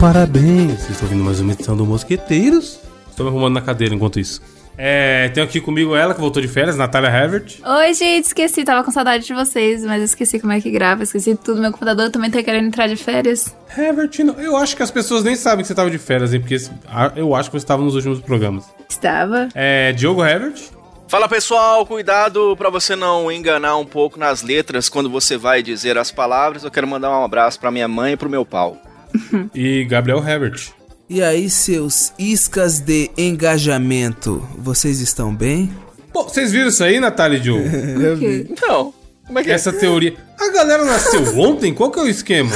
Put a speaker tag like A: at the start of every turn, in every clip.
A: Parabéns, vocês estão ouvindo mais uma edição do Mosqueteiros. Estou me arrumando na cadeira enquanto isso. É, tenho aqui comigo ela, que voltou de férias, Natália Herbert.
B: Oi, gente, esqueci, tava com saudade de vocês, mas esqueci como é que grava, esqueci tudo, meu computador também tá querendo entrar de férias.
A: Herbert, não- eu acho que as pessoas nem sabem que você estava de férias, hein? Porque esse- ah, eu acho que você estava nos últimos programas.
B: Estava.
A: É, Diogo Herbert.
C: Fala pessoal, cuidado pra você não enganar um pouco nas letras quando você vai dizer as palavras. Eu quero mandar um abraço pra minha mãe e pro meu pau.
A: E Gabriel Herbert.
D: E aí, seus iscas de engajamento, vocês estão bem?
A: Pô, vocês viram isso aí, Natália e Diogo?
D: É, Eu vi.
C: Então, como é que é?
A: Essa teoria. A galera nasceu ontem? Qual que é o esquema?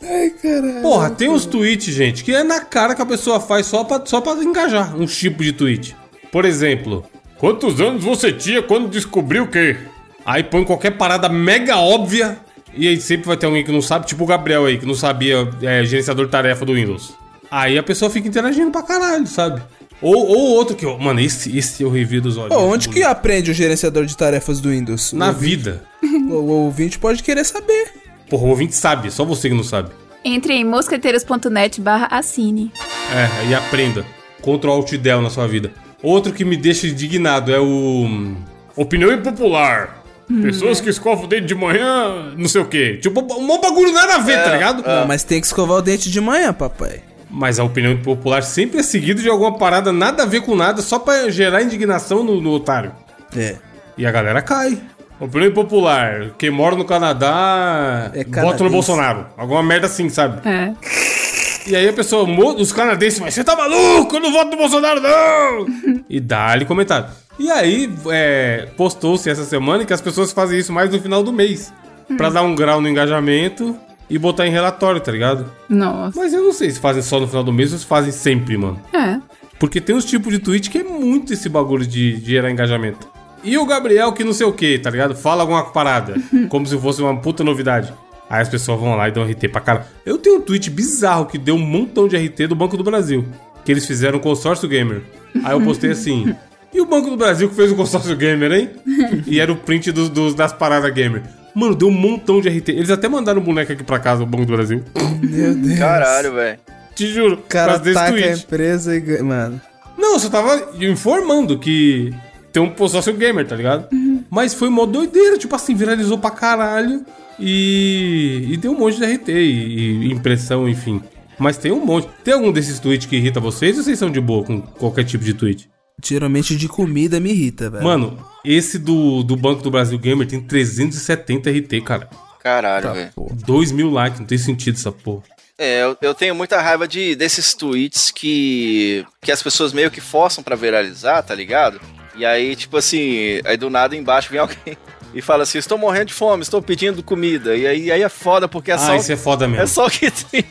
D: Ai, caralho.
A: Porra, tem uns tweets, gente, que é na cara que a pessoa faz só pra, só pra engajar um tipo de tweet. Por exemplo, quantos anos você tinha quando descobriu que? Aí põe qualquer parada mega óbvia e aí sempre vai ter alguém que não sabe, tipo o Gabriel aí, que não sabia é, gerenciador de tarefa do Windows. Aí a pessoa fica interagindo pra caralho, sabe? Ou, ou outro que, mano, esse, esse eu revi dos olhos. Tipo,
D: Pô, onde que aprende o gerenciador de tarefas do Windows?
A: Na
D: O-
A: vida.
D: O, o ouvinte pode querer saber.
A: Porra, o ouvinte sabe, só você que não sabe.
B: Entre em mosqueteiros.net barra assine.
A: É, e aprenda. Contra o Alt Del na sua vida. Outro que me deixa indignado é o. Opinião impopular. Pessoas que escovam o dente de manhã, não sei o quê. Tipo, um bom bagulho nada a ver, tá ligado?
D: Não, Ah, mas tem que escovar o dente de manhã, papai.
A: Mas a opinião impopular sempre é seguida de alguma parada nada a ver com nada, só pra gerar indignação no, no otário.
D: É.
A: E a galera cai. Opinião impopular. Quem mora no Canadá,
D: É
A: vota no
D: canadense.
A: Bolsonaro. Alguma merda assim, sabe?
B: É.
A: E aí a pessoa, mo- os canadenses, mas você tá maluco? Eu não voto no Bolsonaro, não! e dá-lhe comentário. E aí, é, postou-se essa semana que as pessoas fazem isso mais no final do mês. Pra dar um grau no engajamento e botar em relatório, tá ligado?
B: Nossa.
A: Mas eu não sei se fazem só no final do mês ou se fazem sempre, mano.
B: É.
A: Porque tem uns tipos de tweet que é muito esse bagulho de, de gerar engajamento. E o Gabriel que não sei o que, tá ligado? Fala alguma parada. como se fosse uma puta novidade. Aí as pessoas vão lá e dão RT pra cara. Eu tenho um tweet bizarro que deu um montão de RT do Banco do Brasil. Que eles fizeram um consórcio gamer. Aí eu postei assim. E o Banco do Brasil que fez o consórcio gamer, hein? E era o print dos, dos- das paradas gamer. Mano, deu um montão de RT. Eles até mandaram um boneco aqui pra casa, o Banco do Brasil.
D: Meu Deus.
C: Caralho, velho.
A: Te juro,
D: O
A: por
D: cara
A: causa desse
D: ataca a
A: tweet.
D: empresa e ganha. Mano.
A: Não, eu só tava informando que tem um sócio gamer, tá ligado? Mas foi mó doideira, tipo assim, viralizou pra caralho e, e deu um monte de RT e, e impressão, enfim. Mas tem um monte. Tem algum desses tweets que irrita vocês ou vocês são de boa com qualquer tipo de tweet?
D: Geralmente de comida me irrita,
C: É.
D: velho.
A: Mano, esse do, do Banco do Brasil Gamer tem 370 RT, cara.
C: Caralho, velho.
A: 2 mil likes, não tem sentido essa porra.
C: É, eu, eu tenho muita raiva de, desses tweets que, que as pessoas meio que forçam pra viralizar, tá ligado? E aí, tipo assim, aí do nada embaixo vem alguém e fala assim: estou morrendo de fome, estou pedindo comida. E aí, aí é foda, porque é
A: ah,
C: só.
A: isso é foda mesmo.
C: É só o que tem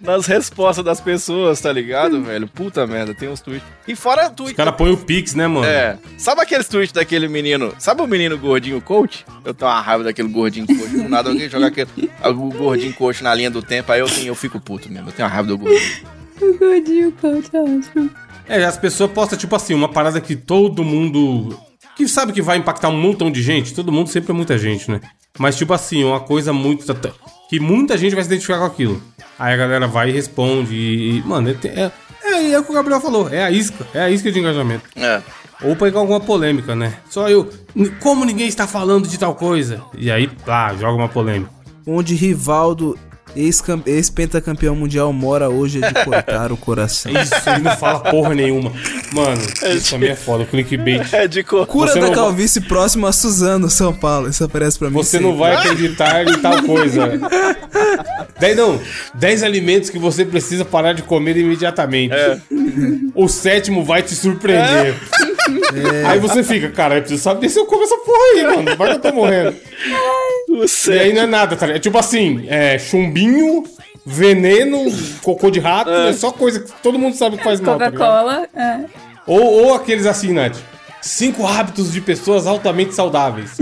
C: nas respostas das pessoas, tá ligado, velho? Puta merda, tem uns tweets. E fora
A: Os
C: tweet.
A: caras põem o Pix, né, mano?
C: É. Sabe aqueles tweets daquele menino? Sabe o menino gordinho coach? Eu tenho uma raiva daquele gordinho coach. Do nada alguém joga aquele o gordinho coach na linha do tempo, aí eu, tenho, eu fico puto mesmo. Eu tenho uma raiva do gordinho.
B: O gordinho coach é ótimo.
D: Tá,
A: É, as pessoas postam, tipo assim, uma parada que todo mundo. Que sabe que vai impactar um montão de gente? Todo mundo sempre é muita gente, né? Mas, tipo assim, uma coisa muito. até- Que muita gente vai se identificar com aquilo. Aí a galera vai e responde. E, e, mano, é, é, é, é o que o Gabriel falou. É a isca. É a isca de engajamento.
C: É.
A: Ou pegar alguma polêmica, né? Só eu. "N- Como ninguém está falando de tal coisa? E aí, pá, joga uma polêmica.
D: Onde Rivaldo, ex-cam- ex-pentacampeão mundial, mora hoje é de cortar o coração.
A: Isso, ele não fala porra nenhuma. Mano, isso também é foda. O clickbait.
C: É de cor.
D: Cura
A: Você
D: da
A: não vai-
D: calvície próximo a Suzano, São Paulo. Isso aparece pra mim.
A: Você
D: sempre.
A: não vai acreditar em tal coisa. Dez, não. 10 alimentos que você precisa parar de comer imediatamente. O sétimo vai te surpreender. Aí você fica, cara, eu preciso saber se eu como essa porra aí, mano. Vai que eu tô morrendo. E aí não é nada, tá ligado? É tipo assim, é chumbinho, veneno, cocô de rato, é, só coisa que todo mundo sabe que faz mal, tá ligado?
B: Coca-Cola. É.
A: Ou, ou aqueles assim, Nath. Cinco hábitos de pessoas altamente saudáveis.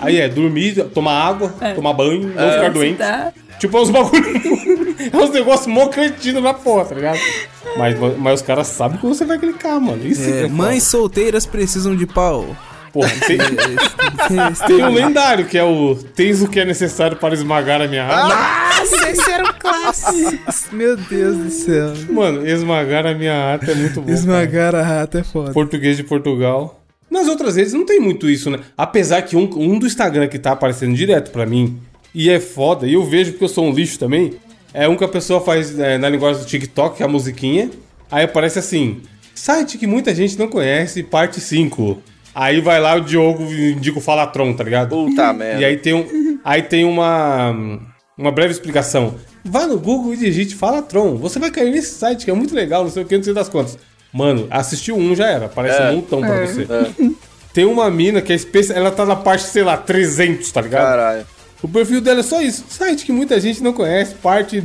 A: Aí é dormir, tomar água, tomar banho, não
D: É.
A: ficar doente.
B: Tá.
A: Tipo, é uns bagulho. é uns negócios mó cretino na porra, tá ligado? Mas, mas os caras sabem que você vai clicar, mano. Isso
D: É,
A: que é
D: mães solteiras precisam de pau.
A: Porra, tem, tem um lendário que é o Tens o que é necessário para esmagar a minha alma.
D: Ah! Nossa, esse era um clássico. Meu Deus do céu.
A: Mano, esmagar a minha ata é muito bom. cara.
D: Esmagar a rata é foda.
A: Português de Portugal. Nas outras redes não tem muito isso, né? Apesar que um, um do Instagram que tá aparecendo direto pra mim, e é foda, e eu vejo porque eu sou um lixo também, é um que a pessoa faz é, na linguagem do TikTok, que é a musiquinha, aí aparece assim, site que muita gente não conhece, parte 5. Aí vai lá o Diogo indica o Falatron, tá ligado?
C: Puta merda.
A: E aí tem, um, aí tem uma, uma breve explicação. Vá no Google e digite Falatron. Você vai cair nesse site que é muito legal, não sei o que, não sei das contas. Mano, assistiu um já era. Parece
C: É.
A: um montão pra você. Tem uma mina que é especial. Ela tá na parte, sei lá, 300, tá ligado?
C: Caralho.
A: O perfil dela é só isso. Site que muita gente não conhece, parte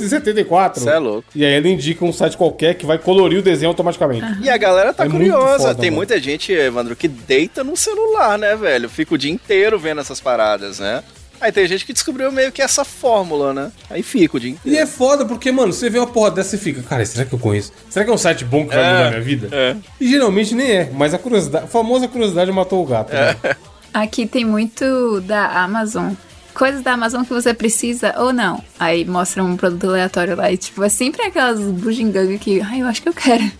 A: 274.
C: Cê é louco.
A: E aí ela indica um site qualquer que vai colorir o desenho automaticamente.
C: E a galera tá
A: É muito
C: curiosa.
A: foda,
C: Tem
A: mano.
C: muita gente, Evandro, que deita no celular, né, velho? Fica o dia inteiro vendo essas paradas, né? Aí tem gente que descobriu meio que essa fórmula, né? Aí fica o dia
A: E
C: inteiro.
A: é foda, porque, mano, você vê uma porra dessa e fica, cara, será que eu conheço? Será que é um site bom que vai
C: É,
A: mudar minha vida?
C: é.
A: E geralmente nem é, mas a curiosidade, a famosa curiosidade matou o gato.
C: É.
A: né?
B: Aqui tem muito da Amazon. Coisas da Amazon que você precisa ou não. Aí mostra um produto aleatório lá. E, tipo, é sempre aquelas bugigangas que. Ai, eu acho que eu quero.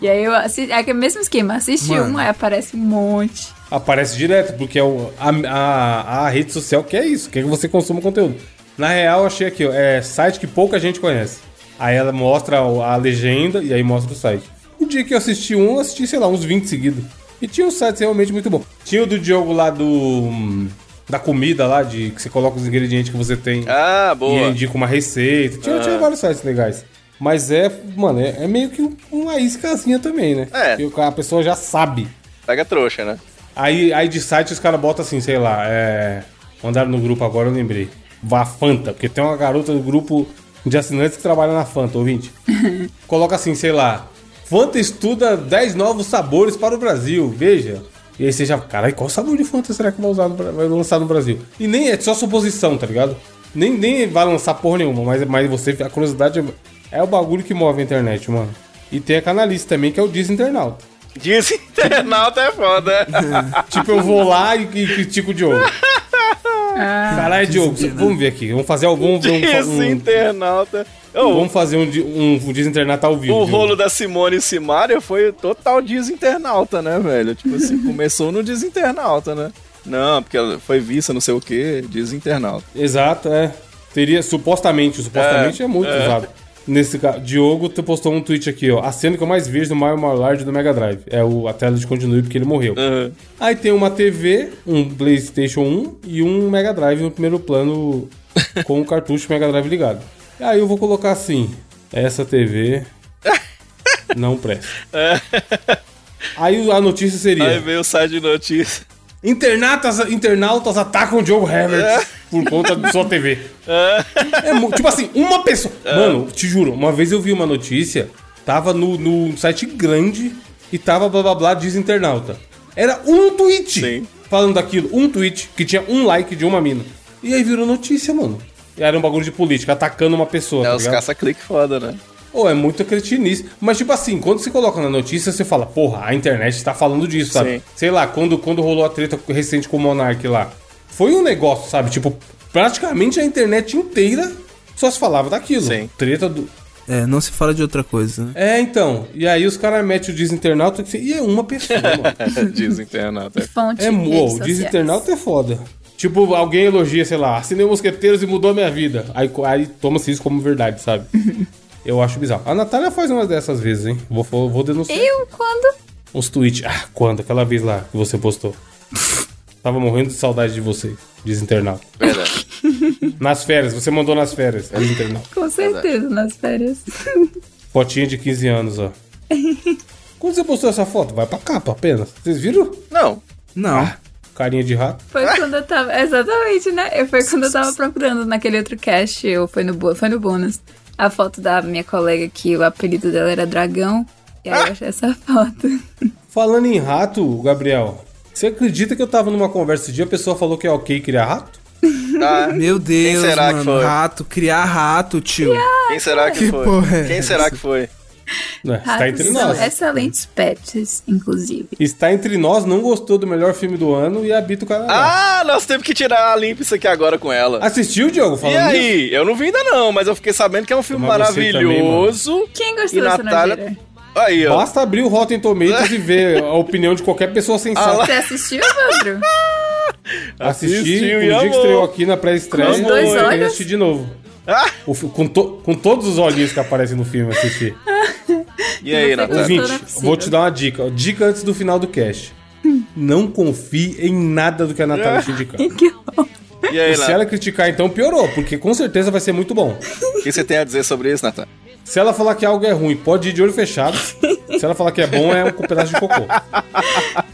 B: E aí eu assisti. É o mesmo esquema. Assiste
D: Mano.
B: um, aí aparece um monte.
A: Aparece direto, porque é o- a, a- a rede social quer isso, quer que você consuma conteúdo. Na real, eu achei aqui, ó, é site que pouca gente conhece. Aí ela mostra o- a legenda e aí mostra o site. O dia que eu assisti um, eu assisti, sei lá, uns 20 seguidos. E tinha um site realmente muito bom. Tinha o do Diogo lá do. hum, Da comida lá, de que você coloca os ingredientes que você tem.
C: Ah,
A: E
C: boa. É.
A: indica uma receita. Tinha, tinha vários sites legais. Mas é, mano, é, é meio que um- uma iscazinha também, né?
C: É.
A: Que a pessoa já sabe.
C: Pega trouxa, né?
A: Aí, aí de site os caras botam assim, sei lá, é. Mandaram no grupo agora, eu lembrei. Vá Fanta, porque tem uma garota do grupo de assinantes que trabalha na Fanta, ouvinte. Coloca assim, sei lá. Fanta estuda 10 novos sabores para o Brasil, veja. E aí você já, caralho, qual sabor de Fanta será que vai, usar no Bra- vai lançar no Brasil? E nem é só suposição, tá ligado? Nem, nem vai lançar porra nenhuma, mas, mas você, a curiosidade é, é o bagulho que move a internet, mano. E tem a canalista também, que é o Desinternauta.
C: Diz internauta é foda.
A: Tipo, eu vou lá e, e critico o Diogo. Caralho, Diogo, vamos ver aqui. Vamos fazer algum. Vamos, fa-
C: Diz
A: um,
C: internauta. é- Ô,
A: vamos fazer um, di- um, um desinternata ao vivo.
C: o
A: Diogo.
C: rolo da Simone e Simária foi total desinternauta, né, velho? Tipo assim, começou no desinternauta, né? Não, porque ela foi vista, não sei o quê, desinternauta.
A: Exato, é. Teria supostamente, o supostamente é, muito usado. Nesse caso, Diogo tu postou um tweet aqui, ó. A cena que eu mais vejo do Mario Large do Mega Drive. É o, a tela de continue porque ele morreu.
C: Uhum.
A: Aí tem uma TV, um PlayStation 1 e um Mega Drive no primeiro plano com o cartucho Mega Drive ligado. Aí eu vou colocar assim: essa TV não presta. Aí a notícia seria:
C: Aí veio o site de notícias.
A: internatas, internautas atacam o Joe Herbert por conta de sua TV. É mu- tipo assim, uma pessoa. Mano, te juro, uma vez eu vi uma notícia, tava no, no site grande e tava blá blá blá diz internauta. Era um tweet
C: Sim.
A: falando daquilo, um tweet que tinha um like de uma mina. E aí virou notícia, mano. E era um bagulho de política, atacando uma pessoa.
C: É,
A: tá
C: os
A: ligado?
C: caça-clique foda, né?
A: Ou é muito cretinice. Mas, tipo assim, quando você coloca na notícia, você fala, porra, a internet tá falando disso, sabe?
C: Sim.
A: Sei lá, quando, quando rolou a treta recente com o Monark lá. Foi um negócio, sabe? Tipo, praticamente a internet inteira só se falava daquilo.
C: Sim.
A: Treta do.
D: É, não se fala de outra coisa, né?
A: É, então. E aí os caras metem o desinternauta que- e é uma pessoa, mano.
C: Desinternauta.
B: Fonte.
A: É
B: redes
A: mo,
B: sociais.
A: desinternauta é foda. Tipo, alguém elogia, sei lá, assinei Mosqueteiros e mudou a minha vida. Aí, co- aí toma-se isso como verdade, sabe? Eu acho bizarro. A Natália faz umas dessas vezes, hein? Vou, vou vou denunciar.
B: Eu quando?
A: Uns tweets. Ah, quando? Aquela vez lá que você postou. Tava morrendo de saudade de você, diz internauta.
C: Verdade.
A: Nas férias, você mandou nas férias, é diz internauta.
B: Com certeza, nas férias.
A: Fotinha de 15 anos, ó. Quando você postou essa foto? Vai pra capa apenas. Vocês viram?
C: Não.
D: Não.
C: Ah,
A: Carinha de rato.
B: Foi quando eu tava. Exatamente, né? Eu- Foi quando eu tava procurando naquele outro cast, ou foi no, bo- foi no bônus, a foto da minha colega que o apelido dela era Dragão. E aí eu achei essa foto.
A: Falando em rato, Gabriel, você acredita que eu tava numa conversa esse dia, a pessoa falou que é ok criar rato?
C: Ah,
D: Meu Deus,
C: será que
D: mano.
C: foi?
D: Rato, criar rato, tio.
C: quem será que,
D: Que
C: foi?
D: porra é
C: quem
D: essa?
C: será que foi?
A: É, está entre
B: Ratos Tá, são
A: nós.
B: Excelentes pets, inclusive.
A: Está entre nós, não gostou do melhor filme do ano e habita o Canadá.
C: Ah, nós temos que tirar a limpa isso aqui agora com ela.
A: Assistiu, Diogo?
C: e
A: Ah, Falando nisso?
C: aí? Eu não vi ainda não, mas eu fiquei sabendo que é um filme
A: Mas você também,
C: maravilhoso.
B: Quem é gostou
C: E
B: dessa
C: Natália-
B: nojeira?
C: aí, ó.
A: Basta abrir o Rotten Tomatoes e ver a opinião de qualquer pessoa
C: Ah
A: sensata.
B: Você assistiu, Evandro?
A: Assisti
C: Assistiu
A: no um
C: e
A: dia que
C: amou.
A: estreou aqui na
B: Com
A: pré-estreia
B: os dois
A: eu
B: olhos?
A: queria assistir de novo.
C: Ah!
A: O fi- com, to- com todos os olhinhos que aparecem no filme, eu assisti.
C: E aí,
B: Você
C: Natália?
B: gostou?
A: Ouvinte,
B: não é possível.
A: vou te dar uma dica. Dica antes do final do cast. Não confie em nada do que a Natália te indicar.
B: Que horror.
C: E aí,
A: E se
C: Natália?
A: ela criticar, então piorou, porque com certeza vai ser muito bom.
C: O que você tem a dizer sobre isso, Natália?
A: Se ela falar que algo é ruim, pode ir de olho fechado. Se ela falar que é bom, é um pedaço de cocô.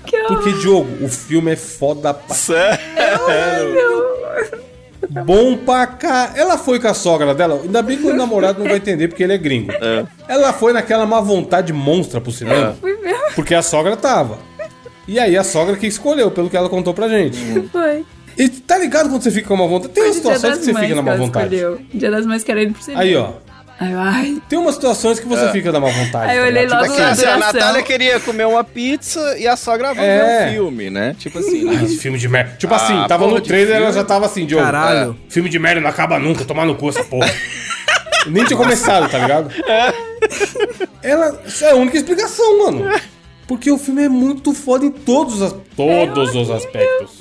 B: Que horror.
A: Porque, Diogo, o filme é foda pra
C: É. Sério?
A: Tá Bom pra cá. Ela foi com a sogra dela. Ainda bem que o namorado não vai entender porque ele é gringo. Ela foi naquela má vontade monstra pro cinema.
B: Fui mesmo,
A: Porque a sogra tava. E aí a sogra que escolheu, pelo que ela contou pra gente.
B: foi.
A: E tá ligado quando você fica com má vontade? Tem
B: Foi
A: umas
B: de é Dia
A: situações
B: das
A: que você
B: Mães
A: fica na
B: que
A: má
B: ela
A: vontade.
B: escolheu. Dia das Mães querendo ir pro cinema.
A: Aí, ó.
B: Aí, eu, ai,
A: Tem umas situações que você fica na má vontade.
B: Aí eu
A: tá
B: olhei
A: ligado?
B: logo-
A: Tipo,
C: Aqui, assim, a
B: Adoração.
C: Natália queria comer uma pizza e a sogra vai
A: É.
C: ver um filme, né? Tipo assim, né?
A: ah, esse filme de merda. Tipo
C: Ah,
A: assim, tava
C: porra
A: no
C: de
A: trailer e ela
C: filme.
A: já tava assim, Diogo.
D: Caralho.
A: é, Filme de merda não acaba nunca, tomar no cu essa porra. Nem tinha começado, tá ligado?
C: É.
A: Ela, essa é a única explicação, mano. Porque o filme é muito foda em todos, as, todos os aspectos.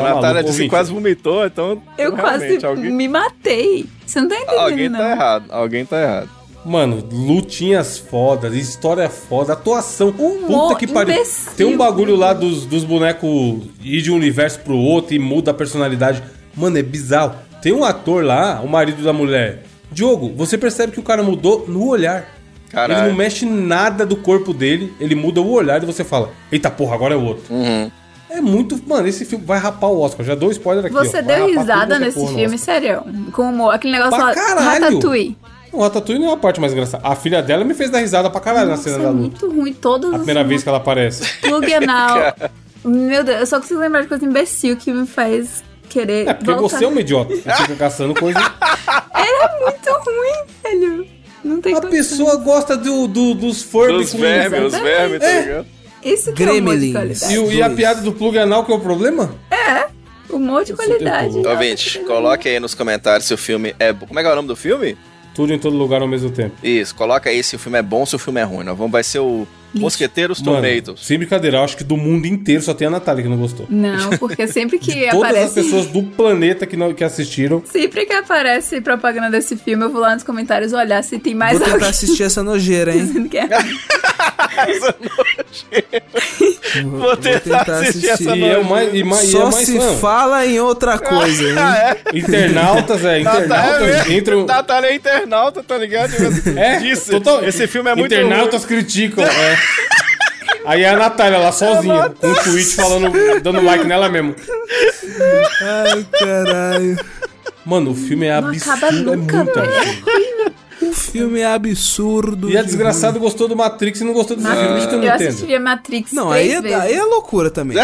A: Tá
C: a Natália
A: maluco,
C: disse que
A: ouvinte?
C: quase vomitou, então.
B: eu
C: então,
B: quase
C: realmente, alguém,
B: me matei. Você não tá entendendo,
C: alguém
B: não.
C: tá errado. Alguém tá errado.
A: Mano, lutinhas fodas, história foda, atuação.
B: Humor
A: puta que pariu.
B: Um imbecil.
A: Tem um bagulho lá dos, dos bonecos ir de um universo pro outro e muda a personalidade. Mano, é bizarro. Tem um ator lá, o marido da mulher. Diogo, você percebe que o cara mudou no olhar.
C: Caralho.
A: Ele não mexe nada do corpo dele, ele muda o olhar e você fala: Eita porra, agora é o outro.
C: Uhum.
A: É muito. Mano, esse filme vai rapar o Oscar. Já dou spoiler aqui.
B: Você
A: ó. Vai
B: deu
A: rapar tudo
B: risada
A: quanto é
B: nesse
A: porra no
B: filme, sério. Com humor. Aquele negócio
A: Pra
B: lá,
A: caralho!
B: Ratatouille.
A: O Ratatouille não é a parte mais engraçada. A filha dela me fez dar risada pra caralho na
B: Nossa,
A: cena
B: é
A: da luta.
B: muito ruim. Todos
A: A
B: os
A: primeira vez que ela aparece.
B: Pluginal. Meu Deus, eu só consigo lembrar de coisa imbecil que me faz querer
A: É porque
B: voltar.
A: você é um idiota. Você fica caçando coisa.
B: Era muito É ruim, velho. Não tem
A: A
B: como.
A: pessoa gosta do, do- dos
C: Dos
A: furbs com
C: vermes, os
B: exatamente.
C: vermes, tá
A: É.
C: ligado?
B: Isso que é humor de
D: Gremlins.
A: E,
B: qualidade.
A: o- e a
D: Dois.
A: piada do plug anal que é o problema?
B: Humor de
A: sou
C: É.
B: qualidade.
A: teu-
C: Ouvinte, coloque aí nos comentários se o filme é bom. Como é que é o nome do filme?
A: Tudo em todo lugar ao mesmo tempo.
C: Isso, coloca aí se o filme é bom, se o filme é ruim. Nós vamos, vai ser o Mosqueteiros
A: Mano,
C: Tomatoes.
A: sem brincadeira, eu acho que do mundo inteiro só tem a Natália que não gostou.
B: Não, porque sempre que
A: Todas
B: aparece.
A: as pessoas do planeta que, não, que assistiram.
B: Sempre que aparece propaganda desse filme, eu vou lá nos comentários olhar se tem mais
D: Vou tentar
B: alguém
D: assistir essa nojeira, hein?
B: dizendo que é.
D: Vou,
C: Vou tentar assistir essa
A: E é o mais. E, ma- e é
D: Só
A: mais
D: se
A: não.
D: fala em outra coisa, hein?
C: Ah, é?
A: Internautas, é. Internautas
C: mesmo.
A: entram.
C: Natália Tá, é internauta, tá ligado?
A: É,
C: Disse,
A: total-
C: Esse filme é muito
A: Internautas criticam, é. Aí é a Natália lá sozinha, com um tweet falando, dando like nela mesmo.
D: Ai, caralho.
A: Mano, o filme é
B: Não
A: absurdo,
B: acaba
A: é
B: nunca,
A: muito absurdo.
D: O filme é absurdo.
A: E a
D: de
A: desgraçada gostou do Matrix e não gostou desse filme, isso Ah. que eu não
B: Eu
A: entendo.
B: assistia Matrix
D: ruim. Não, aí
B: três
D: é,
B: vezes.
D: aí é loucura também.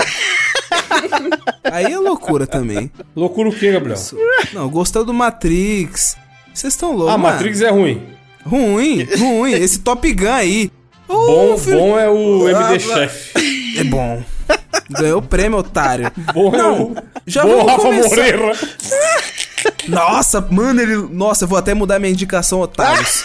D: aí é loucura também.
A: Loucura o quê, Gabriel?
D: Não, gostar do Matrix. Vocês estão loucos,
A: Ah,
D: mano.
A: Matrix é ruim.
D: Ruim, ruim. Esse Top Gun aí. Ô,
A: Bom,
D: filho-
A: bom é o
D: Ah,
A: MD Chef.
D: É bom. Ganhou o prêmio, otário.
A: Bom é
D: Não,
A: o.
D: já
A: bom
D: vamos
A: Rafa
D: começar.
A: Moreira.
D: Nossa, mano, ele. Nossa, eu vou até mudar minha indicação, otários.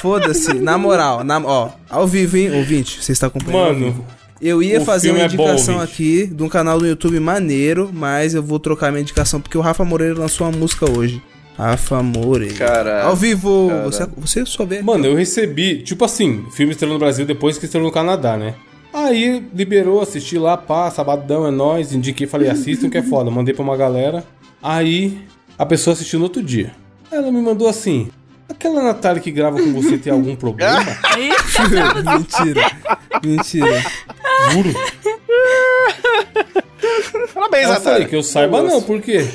D: Foda-se, na moral, na, ó, ao vivo, hein, ouvinte, você está acompanhando. ao vivo.
A: Mano,
D: eu ia
A: o
D: fazer uma
A: filme é bom,
D: indicação
A: ouvinte.
D: aqui de um canal do YouTube maneiro, mas eu vou trocar minha indicação porque o Rafa Moreira lançou uma música hoje. Rafa Moreira.
C: Caralho,
D: Ao vivo, você, você só vê.
A: Mano, eu recebi, tipo assim, filme estreou no Brasil depois que estreou no Canadá, né? Aí liberou, assisti lá, pá, sabadão é nóis, indiquei, falei, assistam que é foda, mandei pra uma galera. Aí a pessoa assistiu no outro dia. Ela me mandou assim: aquela Natália que grava com você tem algum problema?
D: mentira, mentira.
A: Juro.
C: Parabéns,
A: Ela falei,
C: Natália.
A: que eu saiba
C: Bom
A: não,
C: gosto.
A: por quê?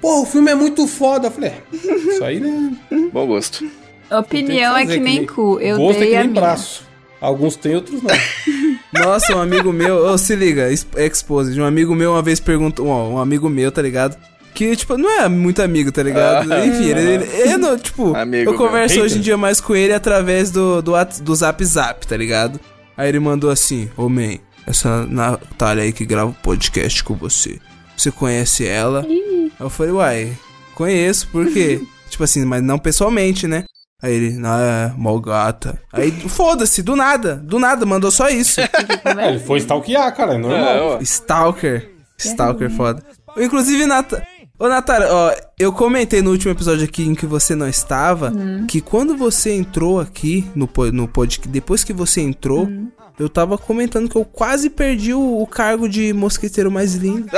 A: Pô, o filme é muito foda. Eu falei, é, isso aí, né?
C: Bom gosto.
A: tem
B: Opinião é
A: fazer,
B: que nem cu. Eu
A: gosto é
B: dei
A: que
B: a
A: nem
B: minha.
A: braço. Alguns tem, outros não.
D: Nossa, um amigo meu, ô, se liga, ex- expose. Um amigo meu uma vez perguntou, ó, um amigo meu, tá ligado? Que que, tipo, não é muito amigo, tá ligado?
C: Ah.
D: Enfim, ele, ele- eu não, tipo,
C: Amigo
D: eu converso
A: meu.
D: hoje em dia mais com ele através do, do, at- do Zap Zap, tá ligado? Aí ele mandou assim, ô man, essa Natália aí que grava o podcast com você, você conhece ela? Aí eu falei, uai, conheço, por quê? tipo assim, mas não pessoalmente, né? Aí ele, ah, mó gata. Aí, foda-se, do nada, do nada, mandou só isso.
A: É, ele foi stalkear, cara, é normal.
C: ó.
D: Stalker. Stalker foda. Inclusive, Nata... Ô, Natália, ó, eu comentei no último episódio aqui em que você não estava, que quando você entrou aqui no, po- no podcast, depois que você entrou, eu tava comentando que eu quase perdi o, o cargo de mosqueteiro mais lindo.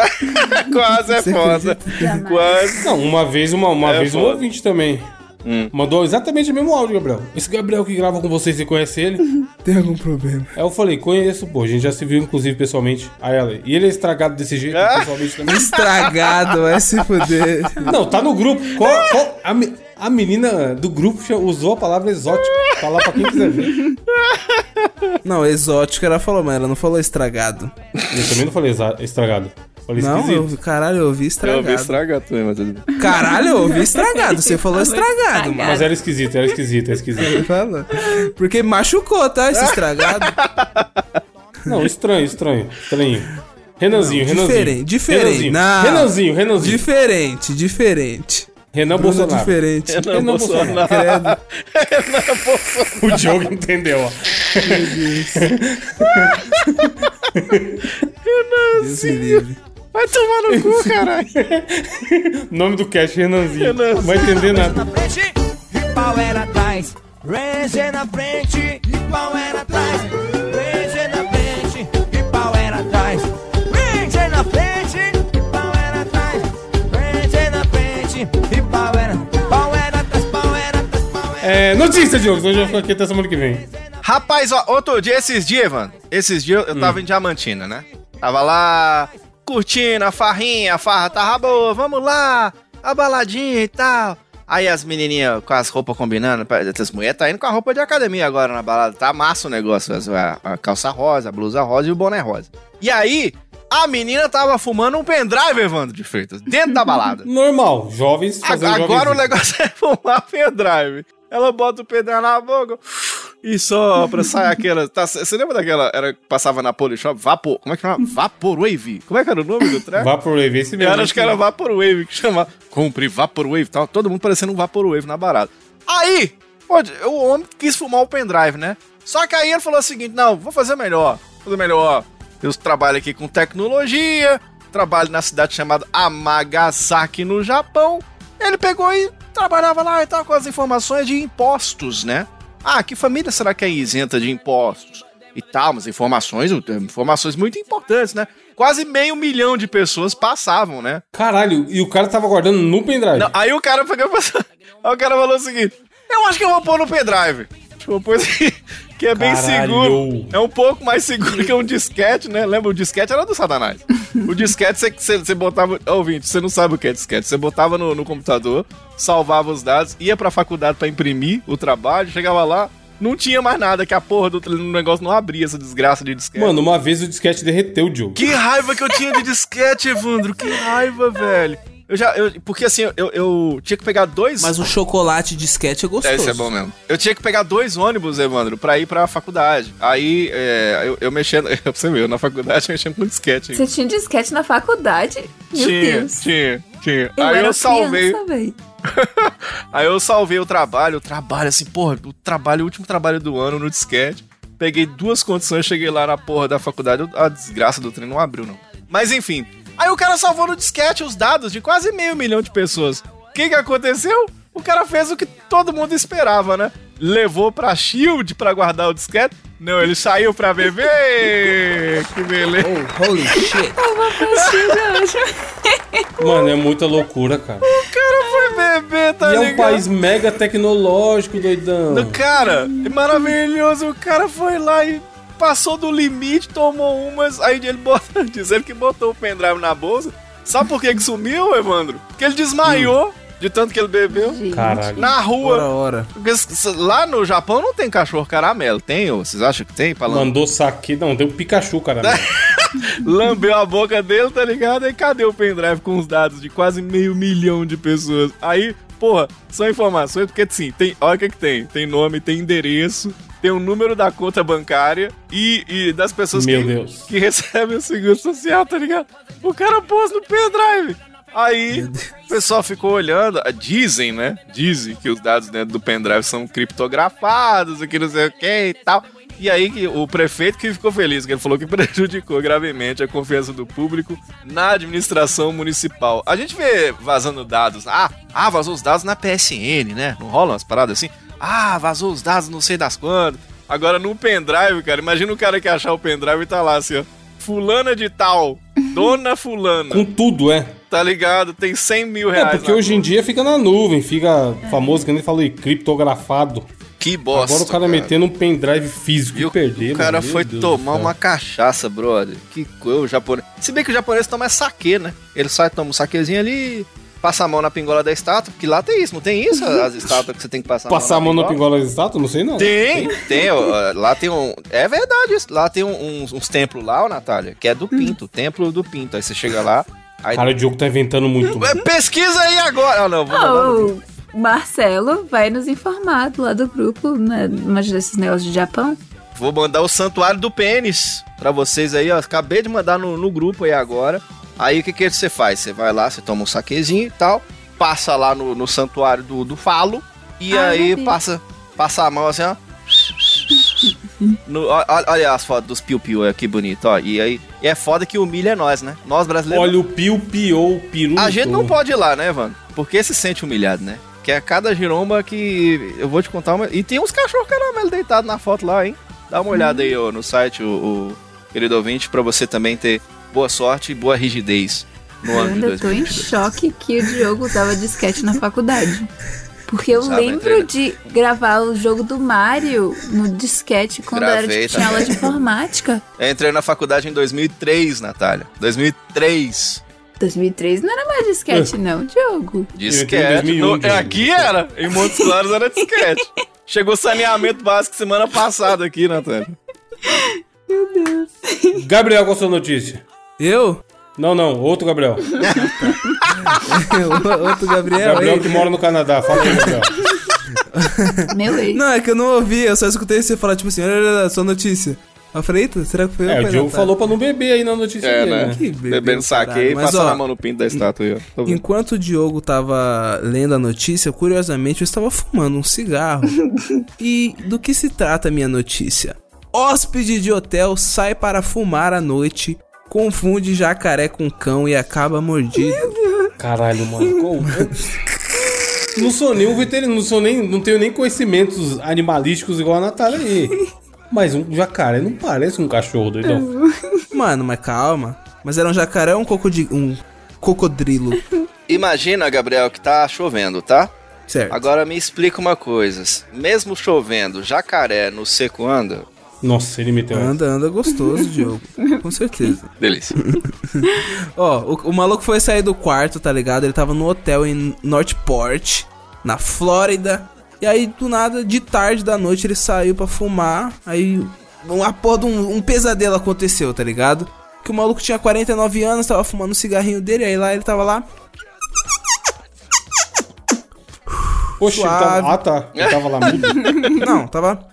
C: Quase é
D: Você
C: foda.
B: Jamais.
C: Quase.
A: Não, uma vez, uma, uma
C: É,
A: vez um
C: foda.
A: ouvinte também.
D: Hum.
A: Mandou exatamente o mesmo áudio, Gabriel. Esse Gabriel que grava com vocês, você conhece ele?
D: Tem algum problema?
A: Aí eu falei, conheço, pô. A gente já se viu, inclusive, pessoalmente. Aí ela, e ele é estragado desse jeito, pessoalmente também.
D: Estragado, vai se fuder.
A: Não, tá no grupo.
D: É?
A: Qual- qual- a, me- a menina do grupo já usou a palavra exótico. Tá lá pra quem quiser ver.
D: Não, exótico ela falou, mas ela não falou estragado.
A: Eu também não falei exa- estragado. Falei
D: Não,
A: esquisito.
D: eu, caralho, eu ouvi
C: Eu
D: estragado.
C: ouvi estragar também, mas tudo bem.
D: Caralho, eu ouvi estragado. Você falou
B: Falou
D: estragado, mano.
A: Mas era esquisito, era esquisito, era esquisito.
D: Fala. Porque machucou, tá? Esse estragado.
A: Não, estranho, estranho, estranho. Renanzinho, Renanzinho.
D: diferente, diferente.
A: Renanzinho,
D: Não.
A: Renanzinho, Renanzinho.
D: diferente, diferente.
A: Renan
D: Bruno
A: É
D: é
A: Bolsonaro.
D: diferente.
A: Renan
C: Não,
A: Bolsonaro.
C: Bolsonaro.
D: Credo.
A: O Diogo entendeu, ó.
D: Deus me livre.
C: Vai tomar no cu, caralho.
A: Nome do cast, Renanzinho.
C: Renan.
A: Não vai entender nada.
E: frente e pau era atrás. Ranger na frente e pau era atrás. Ranger na frente e pau era atrás. Ranger na frente e pau era atrás. Ranger na frente e pau era pau era atrás, pau era atrás, pau era
A: É, notícia, Diogo. Senão eu já fico aqui até semana que vem.
C: Rapaz, ó, outro dia, esses dias, mano, esses dias eu tava em Diamantina, né? Tava lá curtindo a farrinha, a farra tava boa, vamos lá, a baladinha e tal. Aí as menininhas com as roupas combinando, pa- essas mulheres tá indo com a roupa de academia agora na balada, tá massa o negócio, as- a, a calça rosa, a blusa rosa e o boné rosa. E aí, a menina tava fumando um pendrive, Evandro de Freitas, dentro da balada.
A: Normal, jovens fazendo
C: Agora
A: jovens.
C: o negócio é fumar pendrive. Ela bota o pendrive na boca e sopra, sai aquela. tá, Você lembra daquela? Era, que passava na Polishop? Vapor. Como é que chama? Vaporwave. Como é que era o nome do treco?
A: Vaporwave, esse mesmo.
C: Era, acho que era Vaporwave que chamava. Compre Vaporwave e tal. Todo mundo parecendo um Vaporwave na barata. Aí, pô, o homem quis fumar o pendrive, né? Só que aí ele falou o seguinte: não, vou fazer melhor. Vou fazer melhor. Eu trabalho aqui com tecnologia, trabalho na cidade chamada Amagasaki, no Japão. Ele pegou e trabalhava lá e tal com as informações de impostos, né? Ah, que família será que é isenta de impostos? E tal, mas informações, informações muito importantes, né? Quase meio milhão de pessoas passavam, né?
A: Caralho, e o cara tava guardando no pendrive.
C: Não, aí o cara pegou e passou- Aí o cara falou o seguinte: Eu acho que eu vou pôr no pendrive. Acho que eu vou pôr esse- que é bem
A: Caralho.
C: seguro. É um pouco mais seguro que um disquete, né? Lembra? O disquete era do Satanás. O disquete você- você você botava. Ó, Ouvinte, você não sabe o que é disquete. Você botava no, no computador, salvava os dados, ia pra faculdade pra imprimir o trabalho, chegava lá. Não tinha mais nada, que a porra do tele- do negócio não abria essa desgraça de disquete.
A: Mano, uma vez o disquete derreteu, Diogo.
C: é. Que raiva que eu tinha de disquete, Evandro. Que raiva, velho. Eu já. eu- porque assim, eu, eu tinha que pegar dois.
D: Mas o chocolate de sketch é gostoso.
C: É, isso é bom mesmo. Eu tinha que pegar dois ônibus, Evandro, pra ir pra faculdade. Aí, é, eu, eu mexendo. Pra você ver, eu na faculdade mexendo com disquete. ainda.
B: Você tinha um disquete na faculdade? Meu
C: Tinha,
B: Deus.
C: tinha, tinha.
B: Eu
C: Aí
B: era
C: eu salvei.
B: criança, véi.
C: Aí eu salvei o trabalho, o trabalho, assim, porra, o trabalho, o último trabalho do ano no disquete. Peguei duas condições, cheguei lá na porra da faculdade, a desgraça do trem não abriu, não. Mas enfim. Aí o cara salvou no disquete os dados de quase meio milhão de pessoas. O que, que aconteceu? O cara fez o que todo mundo esperava, né? Levou pra Shield pra guardar o disquete. Não, ele saiu pra beber! Que beleza!
D: Oh, holy shit.
B: Eu vou pra China hoje.
A: Mano, é muita loucura, cara.
C: O cara foi beber, tá
A: e é um
C: ligado?
A: país mega tecnológico, doidão.
C: Do cara, é maravilhoso. O cara foi lá e passou do limite, tomou umas. Aí ele bota, diz ele que botou o pendrive na bolsa. Sabe por que, que sumiu, Evandro? Porque ele desmaiou. De tanto que ele bebeu.
B: Gente.
A: Caralho.
C: Na rua.
D: Ora, ora.
C: Porque s- s- Lá no Japão não tem cachorro caramelo, tem? ô? Vocês acham que tem? Falando.
A: Mandou saque. Não, deu Pikachu, cara.
C: Lambeu a boca dele, tá ligado? Aí cadê o pendrive com os dados de quase meio milhão de pessoas? Aí, porra, são informações, porque assim, tem, olha o que, que tem. Tem nome, tem endereço, tem o número da conta bancária e, e das pessoas
A: Meu
C: que,
A: Deus.
C: que recebem o seguro social, tá ligado? O cara pôs no pendrive. Aí, o pessoal ficou olhando. ah, Dizem, né? Dizem que os dados dentro do pendrive são criptografados, e que não sei o que e tal. E aí, que o prefeito que ficou feliz, que ele falou que prejudicou gravemente a confiança do público na administração municipal. A gente vê vazando dados. Ah, ah vazou os dados na PSN, né? Não rolam umas paradas assim? Ah, vazou os dados não sei das quando. Agora, no pendrive, cara, imagina o cara que achar o pendrive e tá lá assim, ó. Fulana de tal, dona fulana.
A: Com tudo, é.
C: Tá ligado? Tem 100 mil
A: É,
C: reais.
A: porque
C: na
A: hoje em dia fica na nuvem, fica famoso, que nem falei, criptografado.
C: conta. Que bosta.
A: Agora o cara, metendo um pendrive físico
C: E
A: e,
C: o,
A: perdendo.
C: o
A: né?
C: cara
A: meu
C: foi
A: Deus do
C: tomar
A: céu.
C: uma cachaça, brother. Que coisa, o japonês. Se bem que o japonês toma é saque, né? Ele sai, toma um saquezinho ali, passa a mão na pingola da estátua, porque lá tem isso, não tem isso? As estátuas que você tem que passar
A: Passar a mão na pingola das estátuas? Não sei não.
C: Tem, tem, ó, lá tem um. É verdade isso. Lá tem um- uns, uns templos lá, ô Natália, que é do Pinto, templo do Pinto. Aí você chega lá, aí.
A: Cara, o Diogo tá inventando muito.
C: É, Pesquisa aí agora! Ah, não, vou mandar no-
B: Oh, o Marcelo vai nos informar do lado do grupo, né? Imagina esses negócios de Japão.
C: Vou mandar o Santuário do Pênis pra vocês aí, ó. Acabei de mandar no, no grupo aí agora. Aí o que que você faz? Você vai lá, você toma um saquezinho e tal, passa lá no, no Santuário do, do Falo e
B: Ah,
C: aí
B: eu vi.
C: passa, passa a mão assim, ó. No- ó, ó, olha as fotos dos piu-piu, olha que bonito, ó. E aí e é foda que humilha nós, né? Nós brasileiros.
A: Olha o Pio Piou, o Peru.
C: a gente não pode ir lá, né, Vando? Porque se sente humilhado, né? Que é cada giromba que. Eu vou te contar uma. E tem uns cachorros caramelo deitados na foto lá, hein? Dá uma olhada aí ó, no site, o, o querido ouvinte, pra você também ter boa sorte e boa rigidez no ano de
B: Ainda tô em
C: 2022.
B: choque que o Diogo dava disquete na faculdade. Porque eu
C: Usava,
B: lembro
C: entrei,
B: de gravar o jogo do Mario no disquete quando era
C: Gravei
B: tipo, tinha aula de informática.
C: Eu entrei na faculdade em 2003, Natália. 2003.
B: 2003 não era mais
A: É.
B: disquete, não, Diogo.
A: Eu entrei em
C: Disquete.
A: 2001,
C: No- aqui era. Em Montes Claros era disquete. Chegou saneamento básico semana passada aqui, Natália.
A: Gabriel, qual a sua notícia?
D: Eu?
A: Não, não, outro Gabriel.
D: Outro
C: É,
D: Gabriel,
A: Gabriel
D: hein?
A: que mora no Canadá. Fala aí, Gabriel.
B: Meu ex.
D: Não, é que eu não ouvi, eu só escutei você falar, tipo assim, olha, olha, olha, sua notícia. Eu falei, eita, será que foi eu?
A: É,
D: Foi,
A: o Diogo
D: Natália?
A: falou pra não beber aí na notícia
C: É,
A: dele,
C: né?
A: né?
D: Que bebeu,
C: Bebendo saque e
D: caralho, mas,
C: passando
D: ó,
C: a mão no pinto da estátua aí, ó. Tô vendo.
D: Enquanto o Diogo tava lendo a notícia, curiosamente eu estava fumando um cigarro. e do que se trata a minha notícia? Hóspede de hotel sai para fumar à noite, confunde jacaré com cão e acaba mordido.
A: Caralho, mano. como- Eu- Não sou nem um veterinário, não sou nem. Não tenho nem conhecimentos animalísticos igual a Natália aí. Mas um jacaré não parece um cachorro doidão.
D: Mano, mas calma. Mas era um jacaré ou um, cocodi- um cocodrilo?
C: Imagina, Gabriel, que tá chovendo, tá?
D: Certo.
C: Agora me explica uma coisa. Mesmo chovendo, jacaré no seco anda?
A: Nossa, ele meteu. essa.
D: Anda, anda gostoso, Diogo. Com certeza.
C: Delícia.
D: Ó, o, o maluco foi sair do quarto, tá ligado? Ele tava no hotel em Northport, na Flórida. E aí, do nada, de tarde da noite, ele saiu pra fumar. Aí, uma porra de um, um pesadelo aconteceu, tá ligado? Que o maluco tinha 49 anos, tava fumando um cigarrinho dele. Aí lá, ele tava lá.
A: Oxe, ele
D: Suave.
A: tava... ah tá. Ele tava lá mudo.
D: Não, tava.